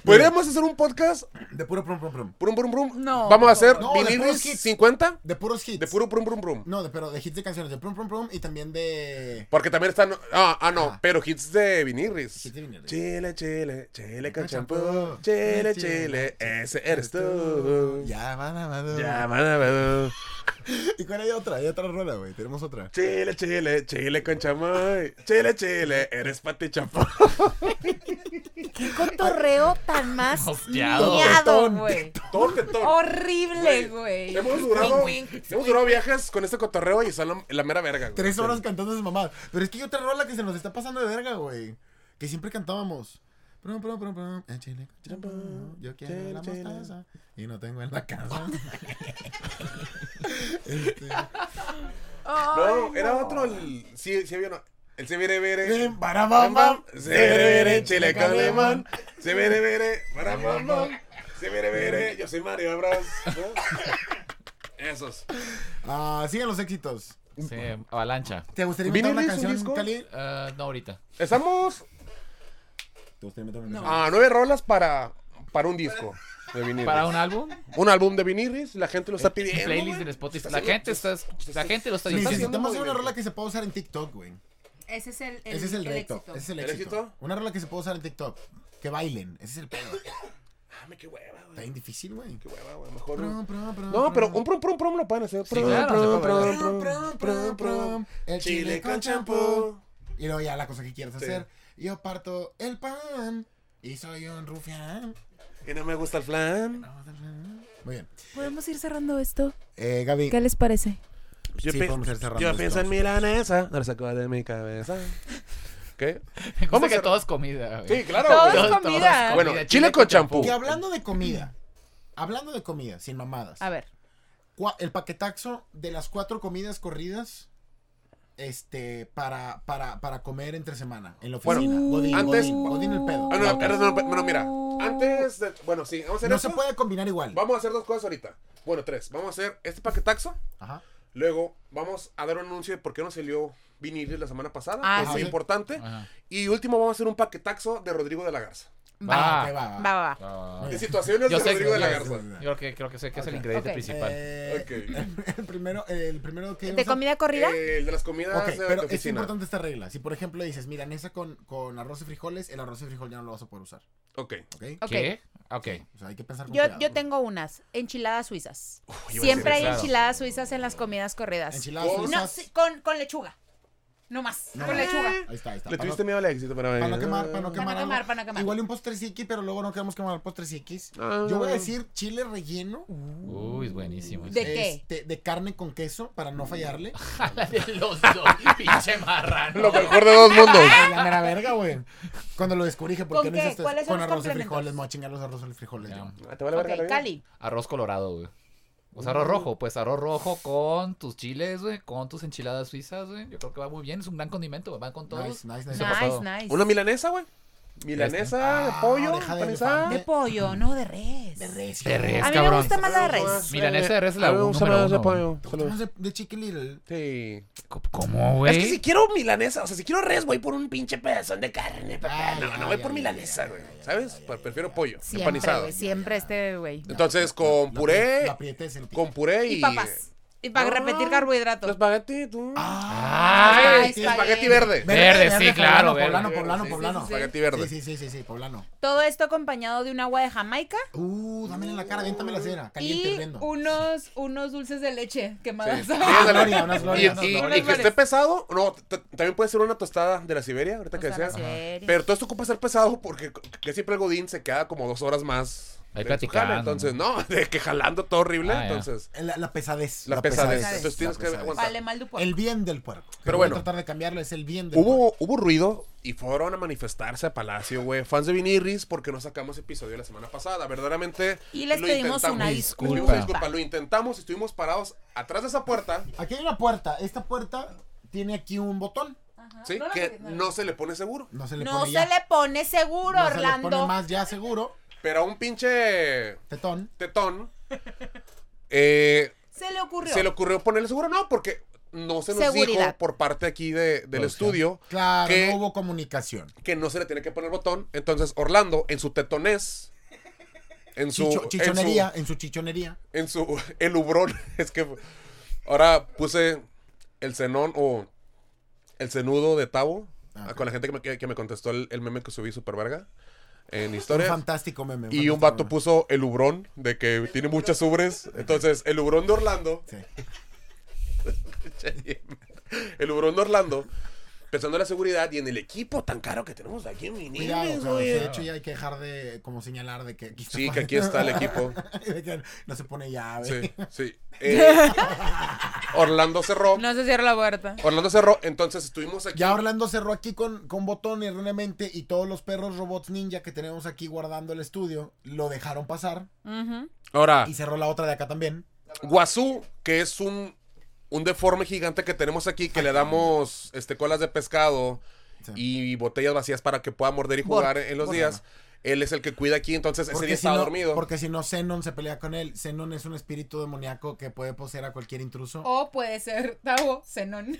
S2: Podríamos hacer un podcast.
S1: (laughs) De puro prum, prum, prum.
S2: Brum, brum, brum.
S3: No.
S2: Vamos a hacer
S1: No, de
S2: vinil
S1: puros hits.
S2: 50
S1: De puros hits.
S2: de puro brum, brum, brum.
S1: No, de, pero de hits de canciones. De prum, prum, prum. Y también de.
S2: Porque también están. Ah, ah, no,
S1: Ah.
S2: pero hits de vinirris.
S1: Hits de vinirris.
S2: Chile, chile, chile con
S1: Con
S2: champú.
S1: champú.
S2: Chile,
S1: Chile,
S2: chile, ese eres tú.
S1: Ya, van a
S2: Ya, van a ver.
S1: ¿Y cuál hay otra? Hay otra rola, güey. Tenemos otra.
S2: Chile, chile, chile con chamoy. Chile, chile, eres pati champú.
S1: (laughs)
S3: Qué cotorreo tan más
S4: Hostiado.
S3: miado,
S1: Tetón,
S3: güey.
S2: Todo tetón.
S3: Horrible, güey.
S2: Hemos durado,
S3: Wink, wink.
S2: hemos durado viajes con este cotorreo y son la, la mera verga. güey.
S1: Tres
S2: Sí.
S1: horas cantando sus mamás. Pero es que hay otra rola que se nos está pasando de verga, güey. Que siempre cantábamos. Prum, prum, prum, prum, en Chile, champú, Yo quiero
S2: Chile,
S1: la
S2: chile.
S1: mostaza y no tengo en la casa. Este,
S2: No, era otro. El, sí, sí había uno. El se viene, viene.
S1: ven, para, bam, bam.
S2: Se viene, viene, chile con limón. Se viene, viene, para bam, bam. Se viene, viene, yo soy Mario Bros.
S4: (laughs)
S2: ¿no? Esos.
S1: Ah, siguen los éxitos.
S4: Sí, avalancha.
S1: ¿Te gustaría inventar una
S2: ¿Viniles, un
S1: canción,
S2: disco?
S1: Cali?
S4: Ah, no, ahorita.
S2: Estamos
S1: ¿Te gustaría inventar una
S3: No.
S1: canción?
S2: a nueve rolas para, para un disco de vinirris.
S4: Para un álbum,
S2: Un álbum de vinirris, la gente lo está pidiendo.
S4: playlist
S2: güey.
S4: del Spotify.
S2: Está
S4: La
S2: haciendo-
S4: gente está, la gente lo está
S2: Sí, sí, haciendo
S4: diciendo.
S1: Necesitamos hacer una
S2: movimiento.
S1: rola que se pueda usar en TikTok, güey.
S3: Ese es el, el-
S1: Ese es el,
S3: el
S1: reto.
S3: éxito.
S1: Ese es el
S2: ¿El
S1: éxito.
S2: éxito?
S1: Una rola que se puede usar en TikTok. Que bailen. Ese es el pedo.
S2: Dame, qué hueva,
S1: Está
S2: güey.
S1: bien difícil, güey.
S2: Qué hueva, güey. Mejor.
S1: Prum, prum, prum,
S2: No, pero
S1: prum.
S2: un prum prum prum lo pueden hacer. Prum,
S4: claro, se
S2: prum,
S4: puede
S2: prum,
S4: bailar.
S2: prum,
S1: Prum, prum, prum. El chile con champú. Y luego ya la cosa que quieres
S2: Sí.
S1: hacer. Yo parto el pan. Y soy un rufián.
S2: Y no me gusta el flan.
S1: Muy bien.
S3: ¿Podemos ir cerrando esto?
S1: Eh, Gaby.
S3: ¿Qué les parece?
S2: Yo,
S1: Sí,
S2: pi-
S1: podemos ir cerrando
S2: yo
S1: esto.
S2: pienso en milanesa. No lo saco de mi cabeza. ¿Qué?
S4: Me gusta
S2: Vamos a
S4: que
S2: hacer-
S4: (laughs) todo es comida. güey.
S2: Sí, claro.
S3: Todo
S2: güey.
S3: es
S1: Ah,
S4: Todo- todo es
S3: comida.
S4: comida.
S2: Bueno, chile con champú.
S1: Que hablando de comida, hablando de comida, sin mamadas.
S3: A ver.
S1: cua- el paquetaxo de las cuatro comidas corridas este para para, para comer entre semana en la
S2: Bueno,
S1: oficina. Godín,
S2: antes-
S1: Godín, Godín el pedo.
S2: Ah, no, pero no, pero- bueno, mira. Antes de. Bueno, sí, vamos a hacer
S1: Uh. No
S2: esto.
S1: se puede combinar igual.
S2: Vamos a hacer dos cosas ahorita. Bueno, tres. Vamos a hacer este paquetaxo.
S1: Ajá.
S2: Luego vamos a dar un anuncio de por qué no salió vinil la semana pasada.
S3: Ah,
S2: que es
S1: sí.
S2: importante.
S4: Ajá.
S2: Y último, vamos a hacer un paquetaxo de Rodrigo de la Garza.
S1: Va,
S4: Va.
S1: ok, va, va.
S3: Va, va, va.
S1: Eh,
S2: De situaciones
S4: Yo
S2: de
S4: sé que-
S2: Ah. Rodrigo de la
S4: yo-
S2: Garza.
S4: Yo creo que, creo que sé que es el ingrediente
S3: Ok.
S4: principal.
S1: Eh,
S2: Ok.
S1: (laughs) el primero el primero que
S3: ¿De comida corrida?
S2: Eh, el de las comidas
S1: Ok,
S2: de- de
S1: pero es
S2: oficina.
S1: importante esta regla. Si por ejemplo dices, mira, en esa con, con arroz y frijoles, el arroz y frijol ya no lo vas a poder usar.
S2: Ok.
S1: ¿Ok?
S3: Ok.
S4: ¿Qué? Ok.
S1: O sea, hay que pensar con
S3: Yo,
S1: cuidado.
S3: yo tengo unas. Enchiladas suizas.
S2: ah, iba a
S3: Siempre
S2: decir
S3: hay
S4: eso.
S3: enchiladas suizas en las comidas corridas.
S1: Enchiladas
S2: Con-
S3: No,
S1: suizas.
S3: sí, con, con lechuga. No más.
S1: No
S3: con
S1: más.
S3: lechuga.
S1: Ahí está, ahí está. Para
S2: Le
S1: no-
S2: tuviste miedo al éxito, pero...
S1: Para no quemar, para no
S3: Eh, Para no
S1: quemar.
S3: quemar,
S1: algo.
S3: para no quemar.
S1: Igual y un postreciqui, pero luego no queremos quemar postreciquis.
S2: Ah.
S1: Yo voy a decir chile relleno
S4: Uy, es buenísimo.
S3: ¿De qué?
S1: este, de carne con queso para no
S3: (laughs)
S1: fallarle.
S4: Jala de los dos, (laughs) pinche
S2: (laughs)
S4: marrano.
S2: Lo mejor de dos
S1: (laughs)
S2: mundos.
S1: Ay, la mera verga, güey. Cuando lo descubrí, dije, ¿por
S3: ¿Con
S1: qué no
S3: qué?
S1: hiciste
S3: ¿Cuáles son
S1: con
S3: los
S1: arroz y
S3: complementos?
S1: frijoles? Me voy a chingar los arroz y frijoles. yo.
S4: Ya.
S2: Ah, ¿Te vale verga la
S3: Ok,
S2: vida?
S3: Cali.
S4: Arroz colorado, güey. O sea, arroz rojo, pues arroz rojo con tus chiles, güey, con tus enchiladas suizas, güey. Yo creo que va muy bien, es un gran condimento, güey. Van con todos.
S1: Nice, nice, nice.
S4: Eso pasado.
S3: Nice, nice.
S2: Una milanesa, güey. Milanesa, de
S1: Ah,
S2: pollo,
S1: oreja de
S2: empanizada.
S3: De
S1: elefante.
S3: pollo, no de res.
S1: De res.
S4: De res.
S3: A mí me
S4: cabrón.
S3: gusta más la de res.
S4: Milanesa de res es la
S2: A mí me gusta
S4: número
S2: más de
S4: uno,
S2: pollo.
S1: Tomás de, de Chicken Little.
S2: Sí.
S4: ¿Cómo,
S2: Es
S4: güey?
S2: que si quiero milanesa, o sea, si quiero res, voy por un pinche pedazón de carne, papá.
S1: Ah,
S2: no,
S1: ya,
S2: no voy
S1: ya,
S2: por
S1: ya,
S2: milanesa,
S1: ya,
S2: güey.
S1: ya, ya,
S2: ¿Sabes? Prefiero pollo,
S3: Siempre,
S2: empanizado.
S3: güey, siempre este, güey.
S2: Entonces, con
S1: La-
S2: puré,
S1: La prietez, el pico.
S2: con puré y...
S3: Y papas. Y para
S2: No,
S3: repetir
S2: Los
S3: carbohidratos.
S2: espagueti, tú.
S3: Ah,
S4: ¡Ay!
S3: espagueti.
S2: espagueti verde.
S4: Verde, sí, claro, verde.
S1: Poblano, poblano,
S2: Sí, sí,
S1: poblano.
S3: sí,
S2: Espagueti verde.
S1: Sí, sí, sí, sí, sí, poblano.
S3: Todo esto acompañado de un agua de Jamaica
S1: Uh, dámela en la cara, aviéntame la cera. Caliente,
S3: y
S1: horrendo.
S3: unos, unos dulces de leche quemadas.
S2: Sí.
S3: (laughs)
S1: Unas
S2: Ándale.
S1: glorias, unas
S2: Y,
S1: glorias.
S2: y- y
S3: glorias.
S2: que esté pesado, no, t- también puede ser una tostada de la Siberia, ahorita que
S3: Tostada
S2: decía.
S3: de Siberia.
S2: Pero todo esto ocupa ser pesado porque c- que siempre el Godín se queda como dos horas más. de
S4: Ahí
S2: su
S4: platicando,
S2: jale, Entonces, no, (laughs) de que jalando todo horrible.
S4: Ah, ya.
S2: entonces,
S1: La, la pesadez.
S2: la, pesadez.
S3: pesadez.
S2: Entonces tienes
S1: La
S2: que
S1: pesadez.
S2: aguantar.
S3: Vale, mal du puerco.
S1: El bien del puerco. Que
S2: Pero
S1: voy a
S2: bueno.
S1: tratar de cambiarlo, es el bien del puerco.
S2: Hubo, hubo ruido y fueron a manifestarse a Palacio, güey. Fans de Vinirris porque no sacamos episodio la semana pasada. Verdaderamente.
S3: Y les
S2: lo
S3: pedimos
S2: intentamos.
S3: una
S2: Les pedimos
S3: disculpa.
S2: disculpa. Lo intentamos, estuvimos parados atrás de esa puerta.
S1: Aquí hay una puerta. Esta puerta tiene aquí un botón.
S2: ¿sí?
S3: No la
S2: que
S3: sabes, no.
S2: no se le pone seguro.
S1: No se le
S3: No
S1: pone
S3: se
S1: ya.
S3: le pone seguro,
S1: No se le
S3: Orlando.
S1: pone más ya seguro.
S2: Pero a un pinche
S1: Tetón.
S2: tetón. eh,
S3: Se le ocurrió.
S2: se le ocurrió ponerle seguro, no, porque no se nos dijo
S3: Seguridad.
S2: por parte aquí de- del estudio
S1: Claro,
S2: que,
S1: no hubo comunicación.
S2: que no se le tiene que poner botón. Entonces, Orlando, en su tetonés, en su,
S1: Chicho-
S2: en su-
S1: chichonería, en su, chichonería.
S2: en su (laughs) el ubrón es que ahora puse el cenón o el cenudo de Tavo
S1: Ah, ok.
S2: con la gente que me, que- que me contestó el, el meme que subí super verga en
S1: Un
S2: historia
S1: fantástico meme.
S2: y un vato
S1: fantástico
S2: puso el ubrón de que tiene
S1: (laughs)
S2: muchas ubres entonces el ubrón de Orlando
S1: meme. Sí.
S2: el ubrón de Orlando pensando en la seguridad y en el equipo tan caro que tenemos aquí en Minimes,
S1: Cuidado, claro, sí,
S2: güey.
S1: De hecho, ya hay que dejar de como señalar de que aquí está,
S2: Sí, que aquí está
S1: (laughs)
S2: el equipo.
S1: de que no se pone llave.
S2: sí sí Eh, Orlando cerró
S3: No se cierra la puerta.
S2: Orlando cerró entonces estuvimos aquí
S1: Ya Orlando cerró aquí con, con botón erróneamente y todos los perros robots ninja que tenemos aquí guardando el estudio lo dejaron pasar
S3: Ujú.
S2: ahora
S1: y cerró la otra de acá también.
S2: Guazú, que es un, un deforme gigante que tenemos aquí, que le damos este, colas de pescado
S1: Sí.
S2: y botellas vacías para que pueda morder y jugar en los
S1: Bor-
S2: días. Él es el que cuida aquí, entonces ese día
S1: si
S2: estaba
S1: no,
S2: dormido.
S1: porque si no, Zenon se pelea con él. Zenon es un espíritu demoníaco que puede poseer a cualquier intruso.
S3: O puede ser Tavo Zenón.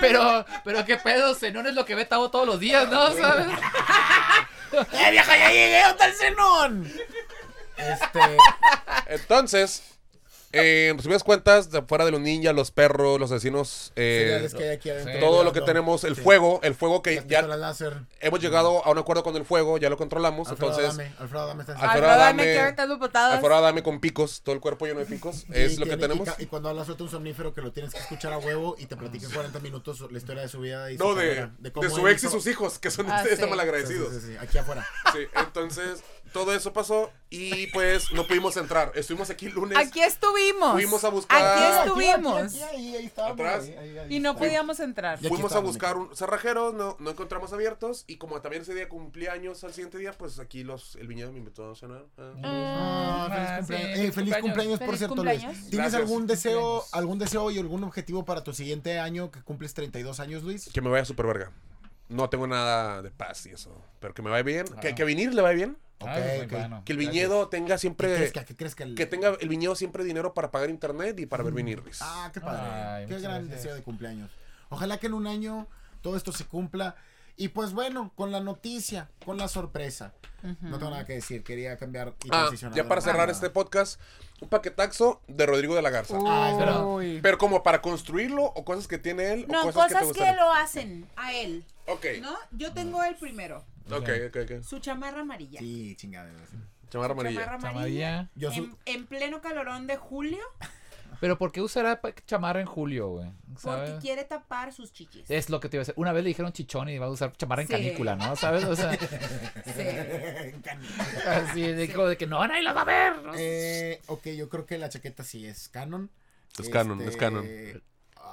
S4: Pero, pero qué pedo, Zenón es lo que ve Tavo todos los días, ¿no? ¿Sabes?
S1: ¡Eh, vieja, ya llegué! ¿Dónde está el Zenon?
S2: (laughs)
S1: Este,
S2: Entonces, eh, pues, si ves cuentas, de afuera de los ninjas, los perros, los vecinos, eh,
S1: señales que hay aquí adentro.
S2: todo lo que
S1: Cuidado.
S2: tenemos, el
S1: Sí.
S2: fuego, el fuego que
S1: Las
S2: ya
S1: pistolas láser.
S2: hemos llegado a un acuerdo con el fuego, ya lo controlamos,
S1: Alfredo
S2: entonces... ah,
S1: Adame, Alfredo Adame está
S2: Alfredo
S3: Alfredo Adame,
S2: Adame-
S3: que ahorita es botadas.
S2: Afuera dame con picos, todo el cuerpo lleno de picos, es
S1: Y
S2: lo que
S1: tiene-
S2: tenemos. Ah.
S1: Y, ca- y cuando hablas suelta un somnífero que lo tienes que escuchar a huevo y te platica en 40 minutos la historia de su vida. Y
S2: No,
S1: su
S2: de,
S1: carrera,
S2: de,
S1: cómo
S2: su
S1: él
S2: ex y
S1: hizo-
S2: sus hijos, que son
S3: Ah,
S2: ustedes
S3: sí.
S2: están
S1: Sí, sí,
S2: malagradecidos.
S1: sí, sí, aquí afuera.
S2: Sí, entonces todo eso pasó y pues no pudimos entrar. Estuvimos aquí el lunes.
S3: Aquí estuvimos.
S2: Fuimos a buscar-
S3: Aquí
S2: Ah,
S3: estuvimos.
S1: Aquí, aquí, ahí, ahí estábamos,
S2: Atrás.
S1: ahí, ahí, ahí
S3: Y no
S1: estábamos.
S3: podíamos entrar.
S1: Ya- aquí
S2: Fuimos a
S1: estábamos,
S2: buscar un cerrajeros, no, no encontramos abiertos. Y como también ese día cumpleaños, al siguiente día, pues aquí los el viñedo me invitó a cenar. Ah.
S1: Ah, feliz
S4: Ah,
S1: cumpleaños.
S4: sí,
S1: Eh, feliz cumpleaños, por
S3: Feliz
S1: cierto,
S3: cumpleaños.
S1: Luis. ¿Tienes
S2: Gracias.
S1: algún deseo,
S4: Cumpleaños.
S1: algún deseo y algún objetivo para tu siguiente año que cumples 32 años, Luis?
S2: Que me vaya super verga. No tengo nada de paz y eso. Pero que me vaya bien.
S1: Ah.
S2: Que, que vinir le vaya bien.
S1: Ok,
S4: Ah, muy
S1: ok.
S4: bueno.
S2: Que el viñedo tenga
S1: ¿Qué
S2: siempre.
S1: crees que, que crees que el-
S2: Que tenga el viñedo siempre dinero para pagar internet y para ver vinirris.
S1: Ah, qué padre.
S4: Ay,
S1: qué
S4: muchas
S1: gran
S4: gracias.
S1: deseo de cumpleaños. Ojalá que en un año todo esto se cumpla. Y pues bueno, con la noticia, con la sorpresa. No tengo nada que decir, quería cambiar y
S2: Ah,
S1: transicionar
S2: ya
S1: de
S2: para
S1: la-
S2: cerrar
S1: Ah,
S2: este podcast, un paquetaxo de Rodrigo de la Garza.
S1: Ay,
S4: pero-
S1: uy.
S2: Pero como para construirlo o cosas que tiene él
S3: No,
S2: o
S3: cosas,
S2: cosas, que te
S3: que,
S2: gustan.
S3: lo hacen a él.
S2: Ok,
S3: ¿No? Yo tengo el primero.
S2: ok, ok, ok.
S3: Su chamarra amarilla.
S1: Sí, chingada. (laughs)
S2: Chamarra amarilla.
S3: Chamarra amarilla.
S4: Amarilla.
S1: Yo su-
S3: En, en pleno calorón de julio,
S4: Pero ¿por qué usará pa- chamarra en julio, güey?
S3: porque
S4: ¿Sabes?
S3: quiere tapar sus chichis.
S1: Eh.
S4: Es lo que te iba a decir. Una vez le dijeron chichón y va a usar chamarra en
S3: Sí.
S4: canícula, ¿no? ¿Sabes? O sea,
S3: Sí.
S4: así dijo de que no, nadie la va a ver. ¿no?
S1: Eh, ok, yo creo que la chaqueta sí es canon. Este,
S2: Es canon, es canon.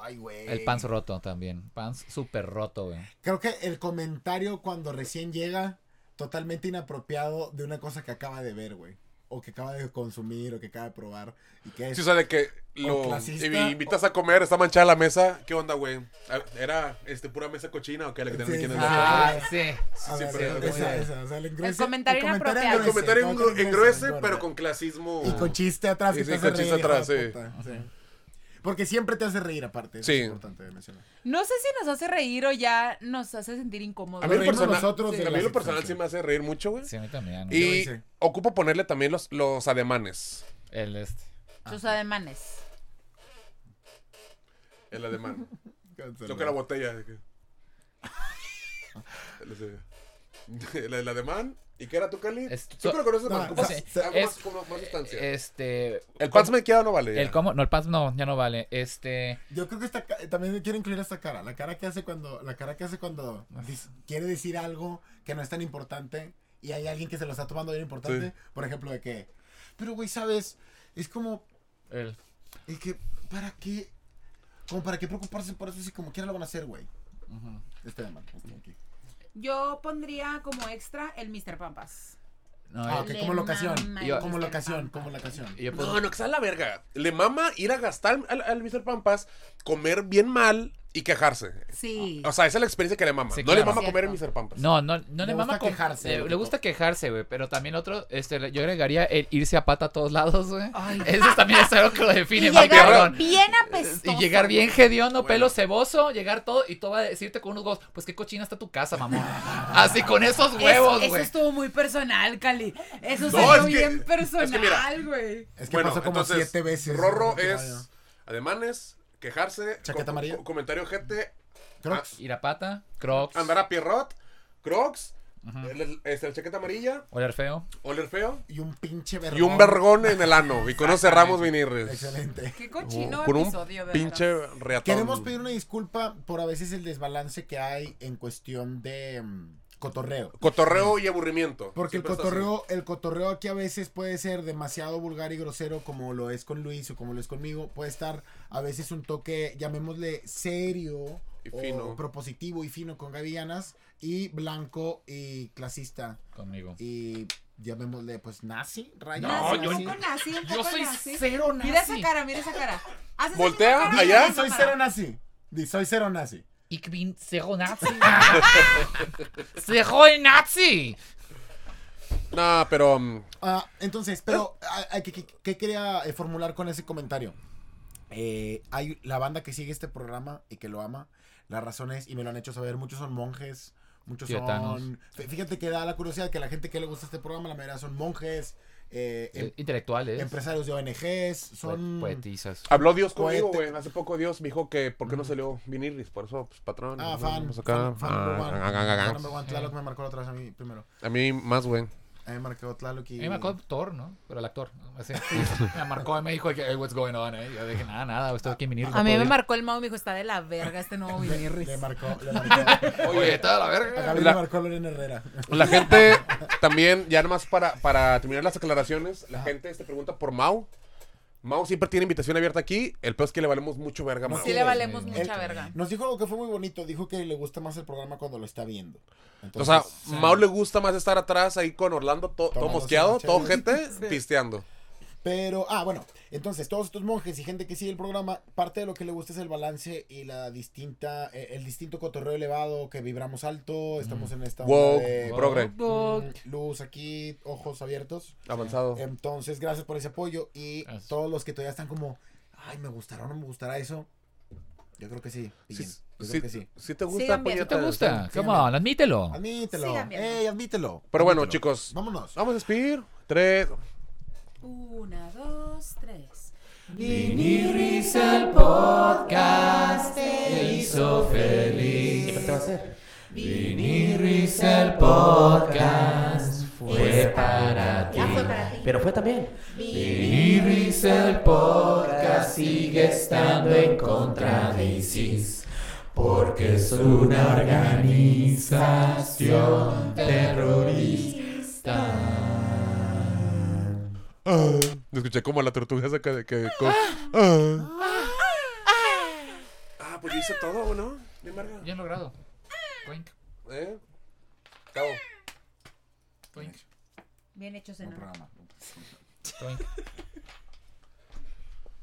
S1: Ay, güey.
S4: El pants roto también. Pants súper roto, güey.
S1: Creo que el comentario cuando recién llega, totalmente inapropiado de una cosa que acaba de ver, güey. O que acaba de consumir, o que acaba de probar. Y que es...
S2: Sí, o sea, de que lo
S1: clasista,
S2: invi- invitas a comer, está manchada la mesa. ¿Qué onda, güey? Ah, ¿Era este, pura mesa cochina o qué? La que tenían
S1: Sí,
S2: aquí en el
S1: sí.
S2: local?
S1: Ah,
S4: Ah, sí.
S1: A
S2: sí,
S1: ver,
S2: pero-
S1: esa- esa- esa, o sea, el engruese-
S3: comentario inapropiado.
S2: El comentario
S1: engruese,
S2: engru-
S1: todo
S2: engruese,
S1: engruese,
S2: pero
S1: engorda.
S2: con clasismo.
S1: Y con chiste atrás.
S2: Y
S1: que
S2: sí,
S1: te hace
S2: con chiste
S1: reír, hijo
S2: atrás,
S1: de
S2: sí.
S1: puta, sí. Porque siempre te hace reír aparte. eso
S2: Sí.
S1: Es importante de mencionar.
S3: No sé si nos hace reír o ya nos hace sentir incómodos.
S2: A mí,
S1: Nos
S2: lo
S1: reímos
S2: personal,
S1: nosotros
S2: sí,
S1: de
S2: a mí
S1: la
S2: lo personal sí
S1: situación.
S2: me hace reír mucho, güey.
S4: Sí, a mí también. güey.
S2: Y
S1: hice.
S2: ocupo ponerle también los, los ademanes.
S4: El este.
S3: Sus ademanes.
S2: El ademán. Toca la botella. de que- el, ese- el- el ademán. ¿Y qué era tú, Cali?
S4: Es-
S2: Tú que lo conoces
S1: no,
S2: más.
S1: o
S2: más-
S4: sea,
S2: algo más-
S4: es-
S2: como más sustancia.
S4: Este.
S2: el pants me queda no vale. ya.
S4: El cómo. No, el pants no, ya no vale. Este.
S1: Yo creo que esta, ca- también quiero incluir esta cara. La cara que hace cuando, la cara que hace cuando dis- quiere decir algo que no es tan importante y hay alguien que se lo está tomando bien importante.
S2: Sí.
S1: Por ejemplo, de que, pero güey, ¿sabes? Es como,
S4: El,
S1: es que, ¿para qué? Como, ¿para qué preocuparse por eso si como quiera lo van a hacer, güey? Este de mano, este aquí.
S3: Yo pondría como extra el Mr. Pampas.
S4: no,
S1: Ah,
S4: el-
S1: ok, como
S3: Le
S1: locación.
S3: mama este
S4: Yo-
S3: el
S1: Como
S3: Mr.
S1: locación,
S3: Pampas.
S1: como locación.
S4: yo puedo-
S2: No, no, que sea la verga. Le mama ir a gastar al, al Mr. Pampas, comer bien mal y quejarse.
S3: Sí.
S2: O sea, esa es la experiencia que le mama.
S4: Sí,
S2: no le
S4: claro.
S2: mama comer en
S3: Cierto.
S2: Mr. Pampas.
S4: No, no, no
S1: Le
S4: le mama
S1: gusta
S4: con-
S1: quejarse,
S4: Le,
S1: lo
S4: le
S1: que
S4: gusta quejarse, güey. Pero también otro, este, le- yo agregaría el irse a pata a todos lados, güey. Eso también es algo que lo
S3: y
S4: define,
S3: llegar
S4: porque, cabrón.
S3: bien apestoso.
S4: Y llegar bien hediondo,
S2: Bueno.
S4: pelo ceboso, llegar todo y todo va a decirte con unos huevos, pues qué cochina está tu casa, mamón. (laughs) Así con esos
S3: Eso-
S4: huevos,
S3: Eso
S4: güey.
S3: estuvo muy personal, Cali. Eso
S2: No,
S3: salió
S2: es que- es
S3: bien
S2: que
S3: personal,
S2: mira,
S3: güey.
S1: Es que pasó como siete veces.
S2: Rorro
S1: Creo que
S2: es ademanes, quejarse,
S1: Chaqueta
S2: com-
S1: amarilla.
S2: com- comentario gente,
S1: Creo
S4: Ir a pata, crocs,
S2: andar a pierrot, crocs, el- el- este, la chaqueta amarilla,
S4: oler feo.
S2: oler feo
S1: y un pinche vergón.
S2: y un vergón en el ano. Y con eso cerramos vinirres.
S1: Excelente.
S3: Qué cochino
S2: con un
S3: episodio, de
S2: pinche
S3: veras.
S2: reatón.
S1: Queremos pedir una disculpa por a veces el desbalance que hay en cuestión de mm, cotorreo.
S2: Cotorreo y aburrimiento.
S1: Porque el
S2: Siempre es así.
S1: cotorreo, el cotorreo aquí a veces puede ser demasiado vulgar y grosero como lo es con Luis o como lo es conmigo. Puede estar a veces un toque, llamémosle serio
S2: Y
S1: o
S2: fino.
S1: propositivo y fino con Gavillanas y blanco y clasista
S4: Conmigo.
S1: y llamémosle pues nazi, rayo.
S3: Nazi,
S4: No, yo
S3: un
S4: ni-
S3: poco nazi, un
S4: Yo
S3: poco
S4: soy
S3: nazi.
S4: cero
S3: Mira esa
S4: nazi.
S3: cara, mira esa cara. Haces esa
S2: Voltea
S3: misma cara y
S2: allá.
S3: esa
S1: Soy
S3: cámara.
S1: cero nazi. Di, soy cero nazi.
S4: Ich bin cero nazi. (laughs) cero nazi.
S2: No, pero. mm,
S1: Ah, entonces, pero ah, ah, ¿qué, qué- qué quería eh, formular con ese comentario? Eh, hay la banda que sigue este programa y que lo ama. Las razones, y me lo han hecho saber, muchos son monjes, muchos
S4: Tibetanos.
S1: son... Fí- Fíjate que da la curiosidad que la gente que le gusta este programa, la mayoría son monjes, eh, em-
S4: Eh, Intelectuales.
S1: empresarios de ONGs, son...
S4: Son... Poetizas.
S2: Habló Dios conmigo,
S1: Cohete. Mm.
S2: güey. Hace poco Dios me dijo que por qué no salió vinirris. Por eso, pues, patrón.
S1: Ah,
S2: nos
S1: fan.
S2: vemos acá.
S1: Fan, fan
S2: Ah,
S1: number one.
S2: ah, ah, ah, ah.
S1: Fan number one. Tlaloc me marcó la otra vez a mí primero.
S2: A mí más, güey.
S1: A mí me marcó Tlaloc y...
S4: A mí me marcó el actor, ¿no? Pero el actor. ¿no? Así. Me marcó y me dijo, hey, what's going on? eh? Yo dije, nada, nada, estoy aquí en vinir.
S3: A mí me marcó el Mau y me dijo, está de la verga este nuevo
S1: Le,
S3: vinirris.
S1: le marcó,
S4: (laughs)
S1: le marcó.
S4: Oye, está de la
S1: A
S4: verga.
S1: Gaby
S2: La-
S1: le marcó Lorena Herrera. (laughs)
S2: La gente también, ya nomás para, para terminar las aclaraciones, la gente te pregunta por este, Mau. Mau siempre tiene invitación abierta aquí. El peor es que le valemos mucho verga a Mau.
S3: Sí le valemos
S1: Él
S3: mucha verga.
S1: Nos dijo algo que fue muy bonito. Dijo que le gusta más el programa cuando lo está viendo.
S2: O
S1: Entonces,
S2: sea, Mau le gusta más estar atrás ahí con Orlando, to- todo
S1: Tomándose
S2: mosqueado,
S1: una
S2: todo
S1: chela.
S2: gente,
S1: (laughs)
S2: pisteando.
S1: Pero, ah, bueno, entonces todos estos monjes y gente que sigue el programa, parte de lo que le gusta es el balance y la distinta, eh, el distinto cotorreo elevado que vibramos alto, estamos en esta onda
S2: Mm. Woke,
S1: de-
S2: progre,
S1: mm, luz aquí, ojos abiertos.
S2: avanzado.
S1: Eh, Entonces, gracias por ese apoyo y
S4: Gracias.
S1: todos los que todavía están como, ay, me gustará o no me gustará eso. Yo creo que sí,
S2: Si,
S1: Pillín, yo creo que sí.
S2: te
S3: Sigan
S2: gusta,
S3: bien.
S2: puñetas.
S4: ¿Te gusta?
S1: Sí,
S4: Come
S1: amigo.
S4: on, admítelo.
S1: Admítelo.
S3: Sigan viendo.
S1: Ey, admítelo.
S2: Pero bueno,
S1: admítelo.
S2: chicos,
S1: Vámonos.
S2: vamos a despedir. Tres.
S3: Una, dos, tres.
S4: Vinirris el podcast te hizo feliz. ¿Qué te va a hacer? Vinirris el podcast fue para ti.
S3: Ya fue para ti.
S7: Pero fue también.
S4: Vinirris el podcast sigue estando en contra de ISIS. Porque es una organización terrorista.
S2: Ah. Escuché como la tortuga esa que... que co- ah. Ah, pues yo hice todo, ¿no? Bien, verga.
S4: Bien logrado. Coink,
S2: ¿Eh? Cabo.
S4: coink,
S3: Bien hecho,
S1: Buen
S3: Zeno.
S1: programa.
S4: coink.